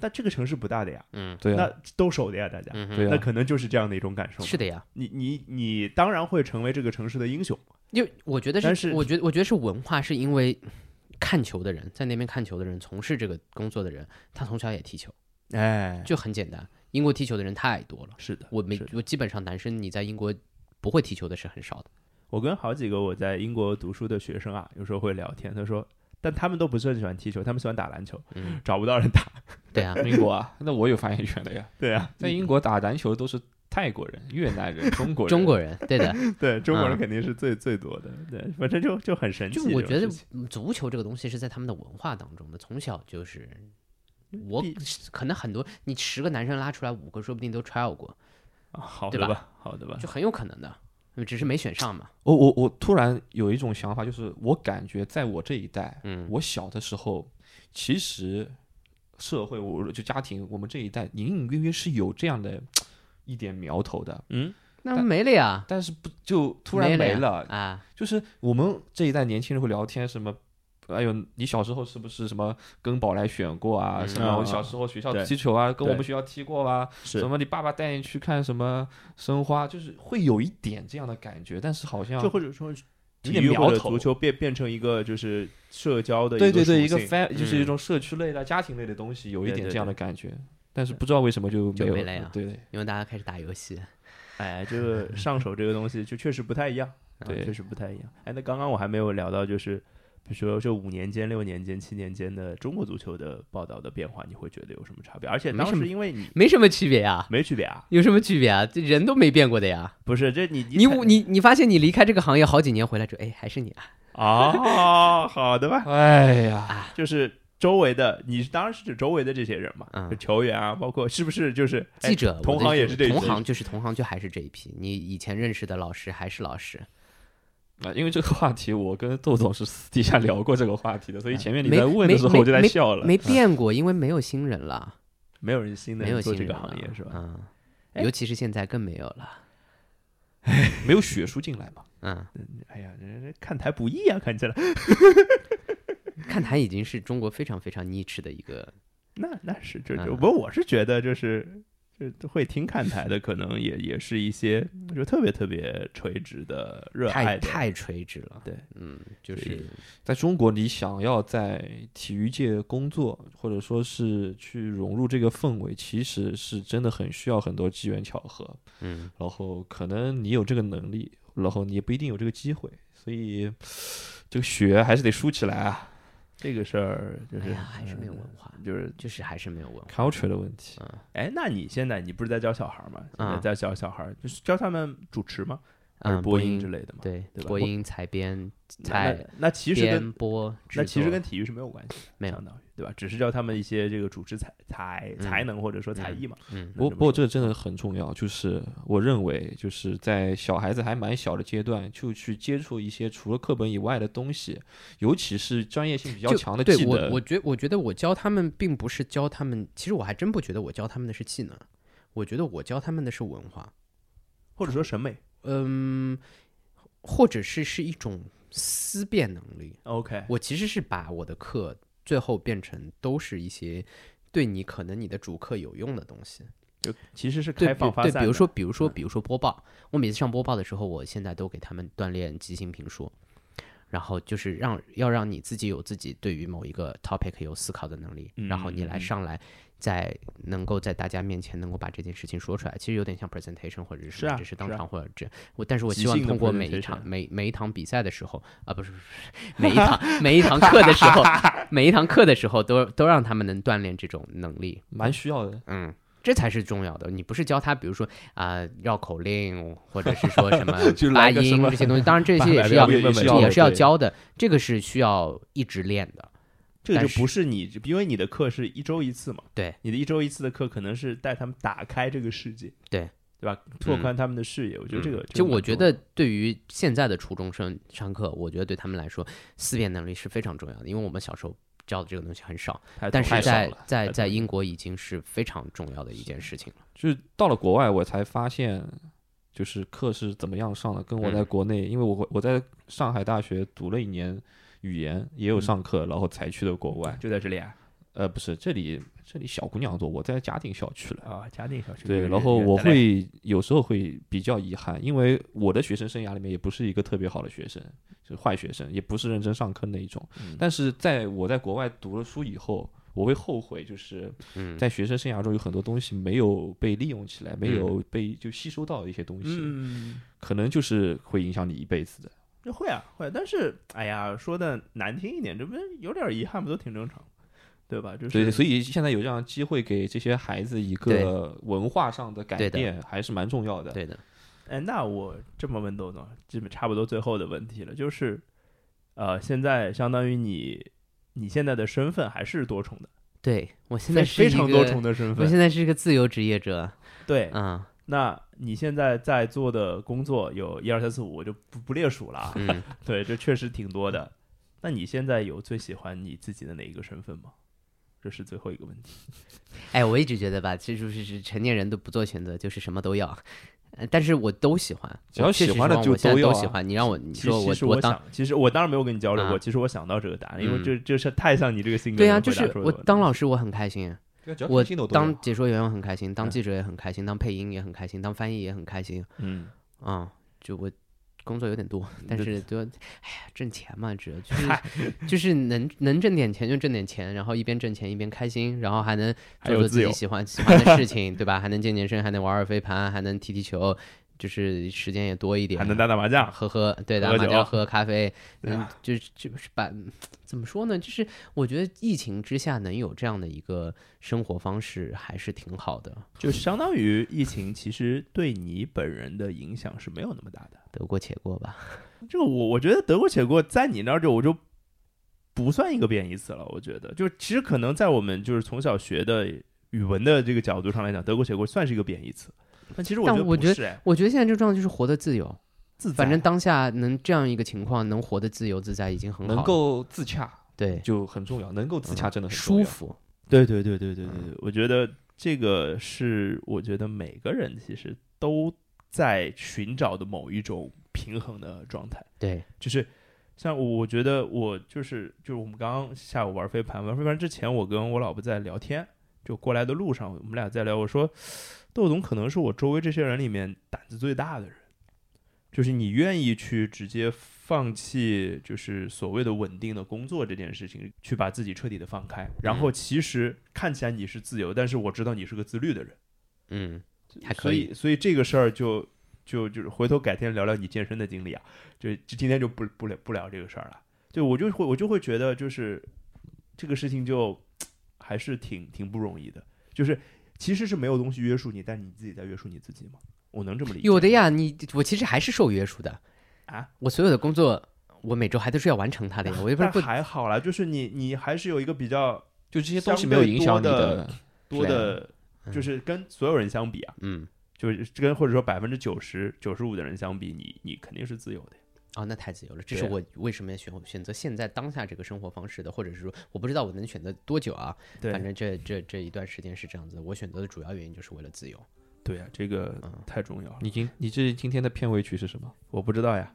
S1: 但这个城市不大的呀，
S2: 嗯
S3: 对啊
S1: 那都守的呀，大家。
S2: 嗯哼
S3: 对啊
S1: 那可能就是这样的一种感受。
S2: 是，的呀，
S1: 你你你当然会成为这个城市的英雄。
S2: 因为我觉得
S1: 但
S2: 是，
S1: 是
S2: 我觉得我觉得是文化，是因为看球的人在那边看球的人，从事这个工作的人，他从小也踢球，
S1: 哎，
S2: 就很简单。英国踢球的人太多了，
S1: 是的，
S2: 我没
S1: 是的
S2: 我基本上男生你在英国不会踢球的是很少的。
S1: 我跟好几个我在英国读书的学生啊，有时候会聊天，他说，但他们都不是很喜欢踢球，他们喜欢打篮球，
S2: 嗯，
S1: 找不到人打。
S2: 对啊，
S3: 英国啊，那我有发言权的呀。
S1: 对啊，
S3: 在英国打篮球都是泰国人、越南人、中国人。
S2: 中国人对 的，
S1: 对中国
S2: 啊
S1: 人肯定是最、最多的，对，反正就就很神奇
S2: 就
S1: 这种事情。
S2: 我觉得足球这个东西是在他们的文化当中的，从小就是。我
S1: 嗯毕
S2: 可能很多，你十个男生拉出来五个，说不定都 trial 过，
S1: 啊好
S2: 对
S1: 的
S2: 吧
S1: 吧，好的吧，
S2: 就很有可能的，嗯只是没选上嘛。
S3: 我我我突然有一种想法，就是我感觉在我这一代，
S2: 嗯
S3: 我小的时候，其实社会我就家庭，我们这一代隐隐约约是有这样的一点苗头的，
S1: 嗯，
S2: 那没了呀，
S3: 但是不就突然
S2: 没
S3: 没
S2: 了
S3: 了。
S2: 啊，
S3: 就是我们这一代年轻人会聊天什么。哎呦，你小时候是不是什么跟宝来选过啊？
S2: 嗯
S3: 什么
S1: 啊
S3: 我小时候学校
S1: 对
S3: 踢球啊，跟我们
S1: 对
S3: 学校踢过啊？
S1: 是
S3: 什么你爸爸带你去看什么申花，就是会有一点这样的感觉，但是好像
S1: 就或者说体
S3: 有点
S1: 育或
S3: 苗
S1: 者
S3: 头
S1: 足球变变成一个就是社交的
S3: 对对对，一
S1: 属
S3: 个
S1: 性
S3: fan 就是一
S2: 嗯
S3: 种社区类的、家庭类的东西，有一
S1: 对
S3: 点
S1: 对
S3: 这样的感觉，但是不知道为什么就
S2: 就
S3: 没有
S2: 没了呀
S3: 对对
S2: 因为大家开始打游戏，
S1: 哎，这个上手这个东西就确实不太一样，啊
S3: 对
S1: 确实不太一样。哎，那刚刚我还没有聊到，就是比如说这五年间、六年间、七年间的中国足球的报道的变化，你会觉得有什么差别？而且
S2: 没
S1: 当
S2: 什么
S1: 时因为你
S2: 没什么区别呀、
S1: 没区别啊，
S2: 有什么区别啊？这人都没变过的呀。
S1: 不是这你
S2: 你
S1: 才
S2: 你你发现你离开这个行业好几年回来之后，哎，还是你啊？
S1: 哦，好的吧，
S3: 哎呀，
S1: 就是。周围的你当然是指周围的这些人嘛，
S2: 嗯
S1: 就球员啊，包括是不是就是哎
S2: 记者、
S1: 同
S2: 我的
S1: 行
S2: 意
S1: 也
S2: 思
S1: 是这一
S2: 同
S1: 批
S2: 行就是同行就还是这一批。你以前认识的老师还是 老师，
S3: 啊，因为这个话题，我跟豆豆是私底下聊过这个话题的，
S1: 嗯
S3: 所以前面你
S2: 没
S3: 在问的
S2: 没
S3: 时候，
S2: 没
S3: 我就在
S2: 没
S3: 笑了。
S2: 没变过，因为没有新人了，
S1: 没有人新的
S2: 没有
S1: 人做
S2: 新
S1: 这
S2: 人
S1: 个
S2: 了
S1: 行业是吧？
S2: 嗯，
S1: 哎
S2: 尤其是现在更没有了。
S3: 没有学术进来嘛？
S2: 嗯，
S1: 哎呀，人家看台不易啊，看起来。
S2: 看台已经是中国非常非常 niche 的一个，
S1: 那那是这
S2: 嗯
S1: 这，不，我是觉得就是就会听看台的，可能也也是一些就特别特别垂直的热爱
S2: 太
S1: 的。
S2: 太垂直了。
S1: 对，
S2: 嗯，就
S1: 所以
S2: 是
S3: 在中国，你想要在体育界工作，或者说是去融入这个氛围，其实是真的很需要很多机缘巧合。
S2: 嗯，
S3: 然后可能你有这个能力，然后你也不一定有这个机会，所以这个血还是得输起来啊
S1: 这个事儿就
S2: 哎
S1: 是
S2: 呀，还是没有文化，
S1: 就是
S2: 就是还是没有文化。
S3: ，culture 的问题。
S1: 哎，那你现在你不是在教小孩儿吗？现在
S2: 嗯
S1: 在教小孩儿，就是教他们主持吗？还
S2: 嗯，
S1: 是播音之类的吗？
S2: 对，
S1: 对吧我
S2: 播音、采编、
S1: 那
S2: 采
S1: 那那其实跟
S2: 编播，
S1: 那
S2: 制
S1: 其实
S2: 作
S1: 跟体育是没有关系的，
S2: 没有
S1: 相当于对吧？只是教他们一些这个主持才才才能或者说才艺嘛。
S2: 嗯
S3: 不
S1: 能这么
S3: 不
S1: 说
S3: 过这真的很重要，就是我认为就是在小孩子还蛮小的阶段，就去接触一些除了课本以外的东西，尤其是专业性比较
S2: 就
S3: 强的
S2: 对
S3: 技
S2: 我，我
S3: 能。
S2: 觉我觉得我教他们并不是教他们，其实我还真不觉得我教他们的是技能，我觉得我教他们的是文化，
S1: 或者说审美
S2: 嗯，或者是是一种思辨能力。
S1: ，OK，
S2: 我其实是把我的课最后变成都是一些对你可能你的主课有用的东西。
S1: 就其实是
S2: 对
S1: 开放
S2: 比
S1: 发
S2: 对，
S1: 散
S2: 比如
S1: 的嗯
S2: 说，比如说，比如说播报，我每次上播报的时候，我现在都给他们锻炼即兴评说，然后就是让要让你自己有自己对于某一个 topic 有思考的能力，然后
S1: 嗯
S2: 你来上来，在能够在大家面前能够把这件事情说出来，其实有点像 presentation 或者是什
S1: 是
S2: 么，
S1: 啊
S2: 只是当
S1: 是啊
S2: 场或者这我，但是我
S1: 即
S2: 希望
S1: 兴的
S2: 通过每一
S1: presentation
S2: 场每每一场比赛的时候啊，不是不是不是每一 堂每一堂课的时候，每一堂课的时候都都让他们能锻炼这种能力，
S3: 蛮需要的，
S2: 嗯，这才是重要的。你不是教他，比如说啊、绕口令，或者是说什么
S3: 就
S2: 发
S3: 来个什
S2: 音
S3: 么
S2: 这些东西，当然这些也是
S1: 八
S2: 要
S1: 百
S3: 也
S1: 遍
S3: 是
S1: 问
S3: 要
S1: 问
S2: 也是要
S3: 对
S2: 教的，这个是需要一直练的。
S1: 这个
S2: 但
S1: 就是不是你，因为你的课是一周一次嘛，
S2: 对，
S1: 你的一周一次的课可能是带他们打开这个世界，
S2: 对，嗯
S1: 对吧？拓宽他们的视野，我觉得这个，
S2: 就
S1: 这个
S2: 我
S1: 蛮
S2: 觉
S1: 重要
S2: 得对于现在的初中生上课，我觉得对他们来说思辨能力是非常重要的，因为我们小时候。教的这个东西很少，
S1: 的，
S2: 但是
S1: 太
S2: 在
S1: 少了
S2: 在
S1: 太
S2: 在
S1: 多了
S2: 英国已经是非常重要的一件事情了。
S3: 就是到了国外我才发现，就是课是怎么样上的，跟我在
S2: 嗯
S3: 国内，因为我我在上海大学读了一年语言，
S2: 嗯
S3: 也有上课，然后才去的国外。
S1: 就在这里啊，
S3: 呃，不是，这里这里小姑娘多，我在嘉定校区了。
S1: 啊，嘉定小区
S3: 对，然后我会有时候会比较遗憾，因为我的学生生涯里面也不是一个特别好的学生，是坏学生，也不是认真上课那一种。但是在我在国外读了书以后，我会后悔，就是
S2: 嗯，
S3: 在学生生涯中有很多东西没有被利用起来，没有被就吸收到的一些东西，
S1: 嗯，
S3: 可能就是会影响你一辈子的。
S1: 这会啊会啊，但是哎呀，说的难听一点，这不是有点遗憾，不都挺正常，对吧？就是
S3: 对，所以现在有这样的机会给这些孩子一个文化上的改
S2: 对的
S3: 变，还是蛮重要的。
S2: 对的，
S1: 哎，那我这么问豆豆，基本差不多最后的问题了，就是，呃，现在相当于你你现在的身份还是多重的，
S2: 对我现在
S1: 非
S2: 是一
S1: 非常多
S2: 个
S1: 重的身
S2: 我
S1: 份。
S2: 现在是一个自由职业者，
S1: 对，
S2: 嗯
S1: 那你现在在做的工作有一二三四五，我就不不列数了啊。
S2: 嗯，
S1: 对，这确实挺多的。那你现在有最喜欢你自己的哪一个身份吗？这是最后一个问题。
S2: 哎，我一直觉得吧，这就是是成年人都不做选择，就是什么都要。呃但是我都喜欢，
S3: 只要
S2: 我确
S3: 喜
S2: 实
S3: 欢的
S2: 希望
S3: 就
S2: 我现在
S3: 都要
S2: 都
S3: 啊
S2: 喜欢。你让我你
S1: 其实
S2: 说
S1: 其实
S2: 我当
S1: 想，其实我当然没有跟你交流过，
S2: 啊
S1: 其实我想到这个答案，因为
S2: 嗯
S1: 这这是太像你这个性格
S2: 对
S1: 人
S2: 啊，
S1: 会
S2: 就
S1: 答出来
S2: 是
S1: 的东西。
S2: 我当老师我很开心，啊我当解说员我很开心，当
S1: 嗯
S2: 记者也很开心，当配音也很开心，当翻译也很开心。
S1: 嗯，
S2: 啊，就我工作有点多，但
S1: 这
S2: 是就哎呀挣钱嘛，主要就是就是能能挣点钱就挣点钱，然后一边挣钱一边开心，然后还能
S1: 还
S2: 做
S1: 有
S2: 做
S1: 自
S2: 自
S1: 由
S2: 己喜欢喜欢的事情，对吧？还能健健身，还能玩玩飞盘，还能踢踢球，就是时间也多一点，
S1: 还能打打麻将，
S2: 喝喝对
S1: 喝喝
S2: 打麻
S1: 酒
S2: 将、喝喝咖啡，
S1: 对啊
S2: 嗯，就是就是把怎么说呢？就是我觉得疫情之下能有这样的一个生活方式还是挺好的。
S1: 就相当于疫情其实对你本人的影响是没有那么大的。
S2: 得过且过吧，
S1: 这个我我觉得得过且过，在你那儿就我就不算一个贬义词了。我觉得，就是其实可能在我们就是从小学的语文的这个角度上来讲，得过且过算是一个贬义词。但其实我
S2: 但
S1: 觉得
S2: 我
S1: 不
S2: 觉得
S1: 是，哎
S2: 我觉得现在这个状态就是活得自由，
S1: 自在啊
S2: 反正当下能这样一个情况，能活得自由自在已经很好了，
S3: 能够自洽
S2: 对
S3: 就很重要，能够自洽真的很重
S2: 舒
S3: 要。
S2: 服，
S1: 对对对对对对对，我觉得这个是我觉得每个人其实都在寻找的某一种平衡的状态。
S2: 对，
S1: 就是像我，我觉得我就是就是我们刚刚下午玩飞盘，玩飞盘之前，我跟我老婆在聊天，就过来的路上，我们俩在聊，我说豆总可能是我周围这些人里面胆子最大的人，就是你愿意去直接放弃，就是所谓的稳定的工作这件事情，去把自己彻底的放开，然后其实看起来你是自由，但是我知道你是个自律的人。
S2: 嗯，还
S1: 所
S2: 可以，
S1: 以所以这个事儿就就就是回头改天聊聊你健身的经历啊，就就今天就不不聊不聊这个事儿了。对我就会我就会觉得就是这个事情就还是挺挺不容易的，就是其实是没有东西约束你，但你自己在约束你自己嘛。我能这么理解？
S2: 有的，呀，你我其实还是受约束的
S1: 啊，
S2: 我所有的工作我每周还都是要完成它的呀，我又不是
S1: 但
S2: 不
S1: 还好啦，就是你你还是有一个比较
S3: 就这些东西没有影响你
S1: 相，多的，
S2: 嗯
S1: 就是跟所有人相比啊，
S2: 嗯，
S1: 就是跟或者说百分之九十九十五的人相比，你你肯定是自由的。
S2: 哦，那太自由了，这
S1: 对
S2: 是
S1: 啊
S2: 我为什么选选择现在当下这个生活方式的，或者是说我不知道我能选择多久啊，
S1: 对，
S2: 反正这这这一段时间是这样子的，我选择的主要原因就是为了自由，
S1: 对呀、这个
S2: 嗯
S1: 太重要了。
S3: 你今你这今天的片尾曲是什么？
S1: 我不知道呀，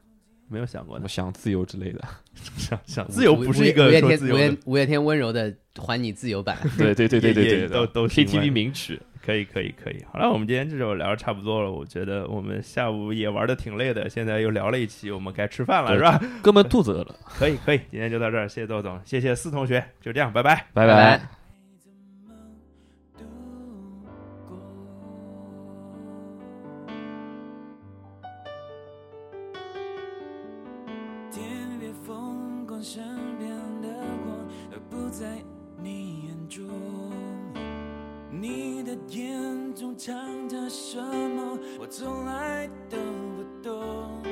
S1: 没有想过
S3: 我
S1: 呢
S3: 们。想自由之类的。
S1: 想想自由不是一
S2: 五
S1: 个
S2: 月
S1: 说
S2: 天
S1: 自
S2: 五
S1: 由
S2: 月
S1: 的，
S2: 五月天温柔的还你自由版，
S3: 对对对对对
S1: 也也
S3: 对，
S1: 都都行
S3: KTV
S1: 吧
S3: 名曲。
S1: 可以可以可以。好了，我们今天这就聊得差不多了。我觉得我们下午也玩的挺累的，现在又聊了一期，我们该吃饭了
S3: 对
S1: 是 吧？
S3: 哥们肚子饿了，
S1: 可以可以，今天就到这儿，谢谢豆总，谢谢司同学，就这样，拜拜。
S3: 拜
S2: 拜拜。
S6: 怎么度过？天边风光身边的我，而不在你眼中。你的眼中藏着什么？我从来都不懂。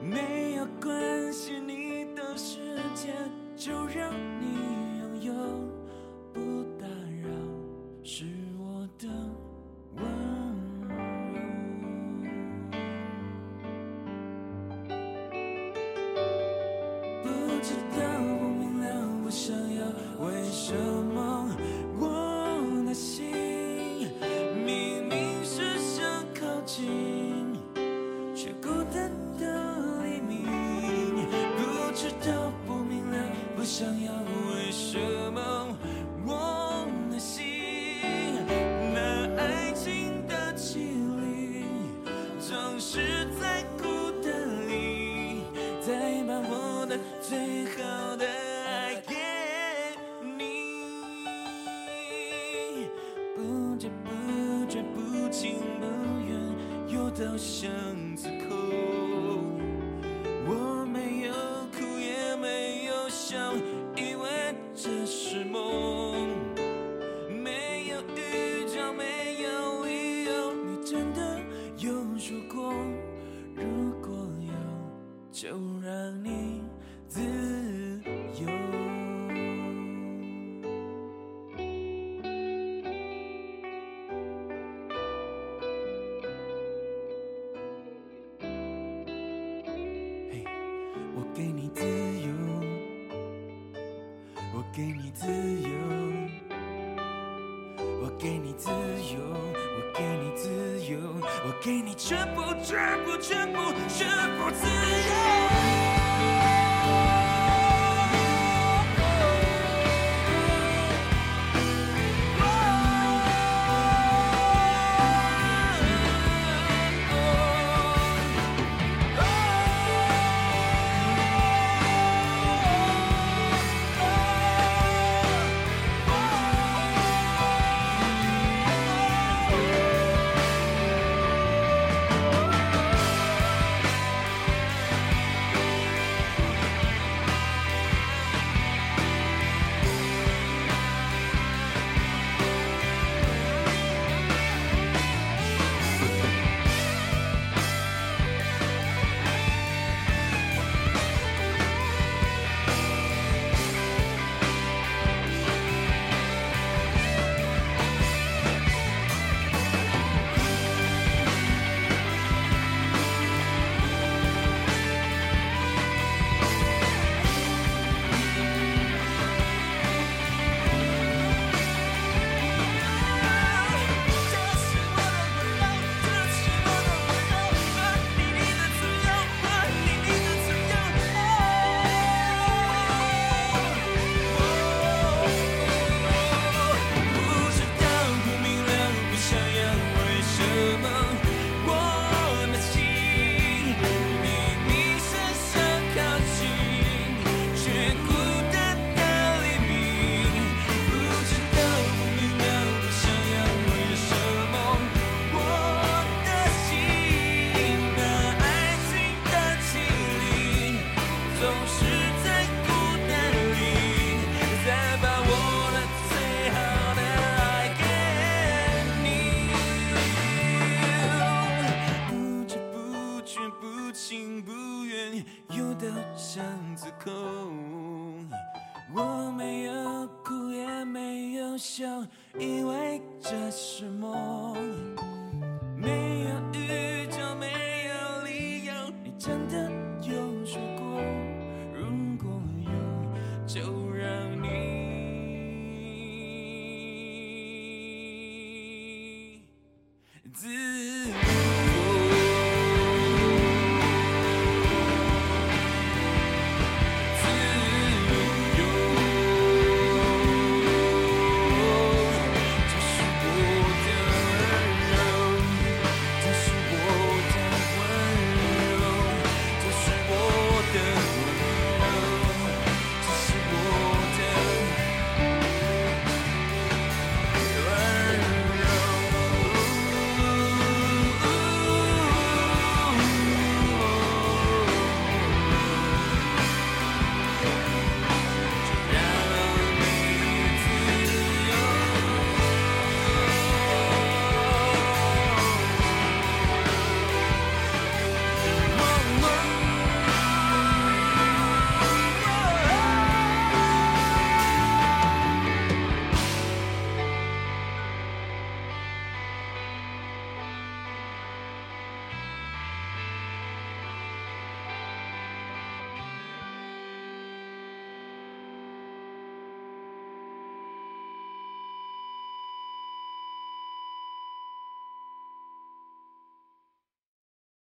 S6: 没有关系，你的世界就让你拥有，不打扰是我的温柔。不知道，不明了，不想要，为什么我的心明明是想靠近？却孤单的黎明，不知道不明了，不想要，为什么我的心那爱情的绮丽，总是在孤单里，再把我的最好的爱给你。不知不觉，不情不愿，又到巷子口。我没有哭，也没有笑，以为这是梦。没有预兆，没有理由，你真的有说过，如果有，就让你自由。我给你自由，我给你自由，我给你自由，我给你自由，我给你全部、全部、全部、全部自由。
S7: 不知道，不明了，不想要，为什么我的心明明深深靠近，却孤单到黎明？不知道，不明了，不想要，为什么我的心那爱情的绮丽，总是在孤单里，再把我的最好的爱给你。
S6: 不知不觉，不情不愿，又到巷子口。我没有哭，也没有笑，意味着什么？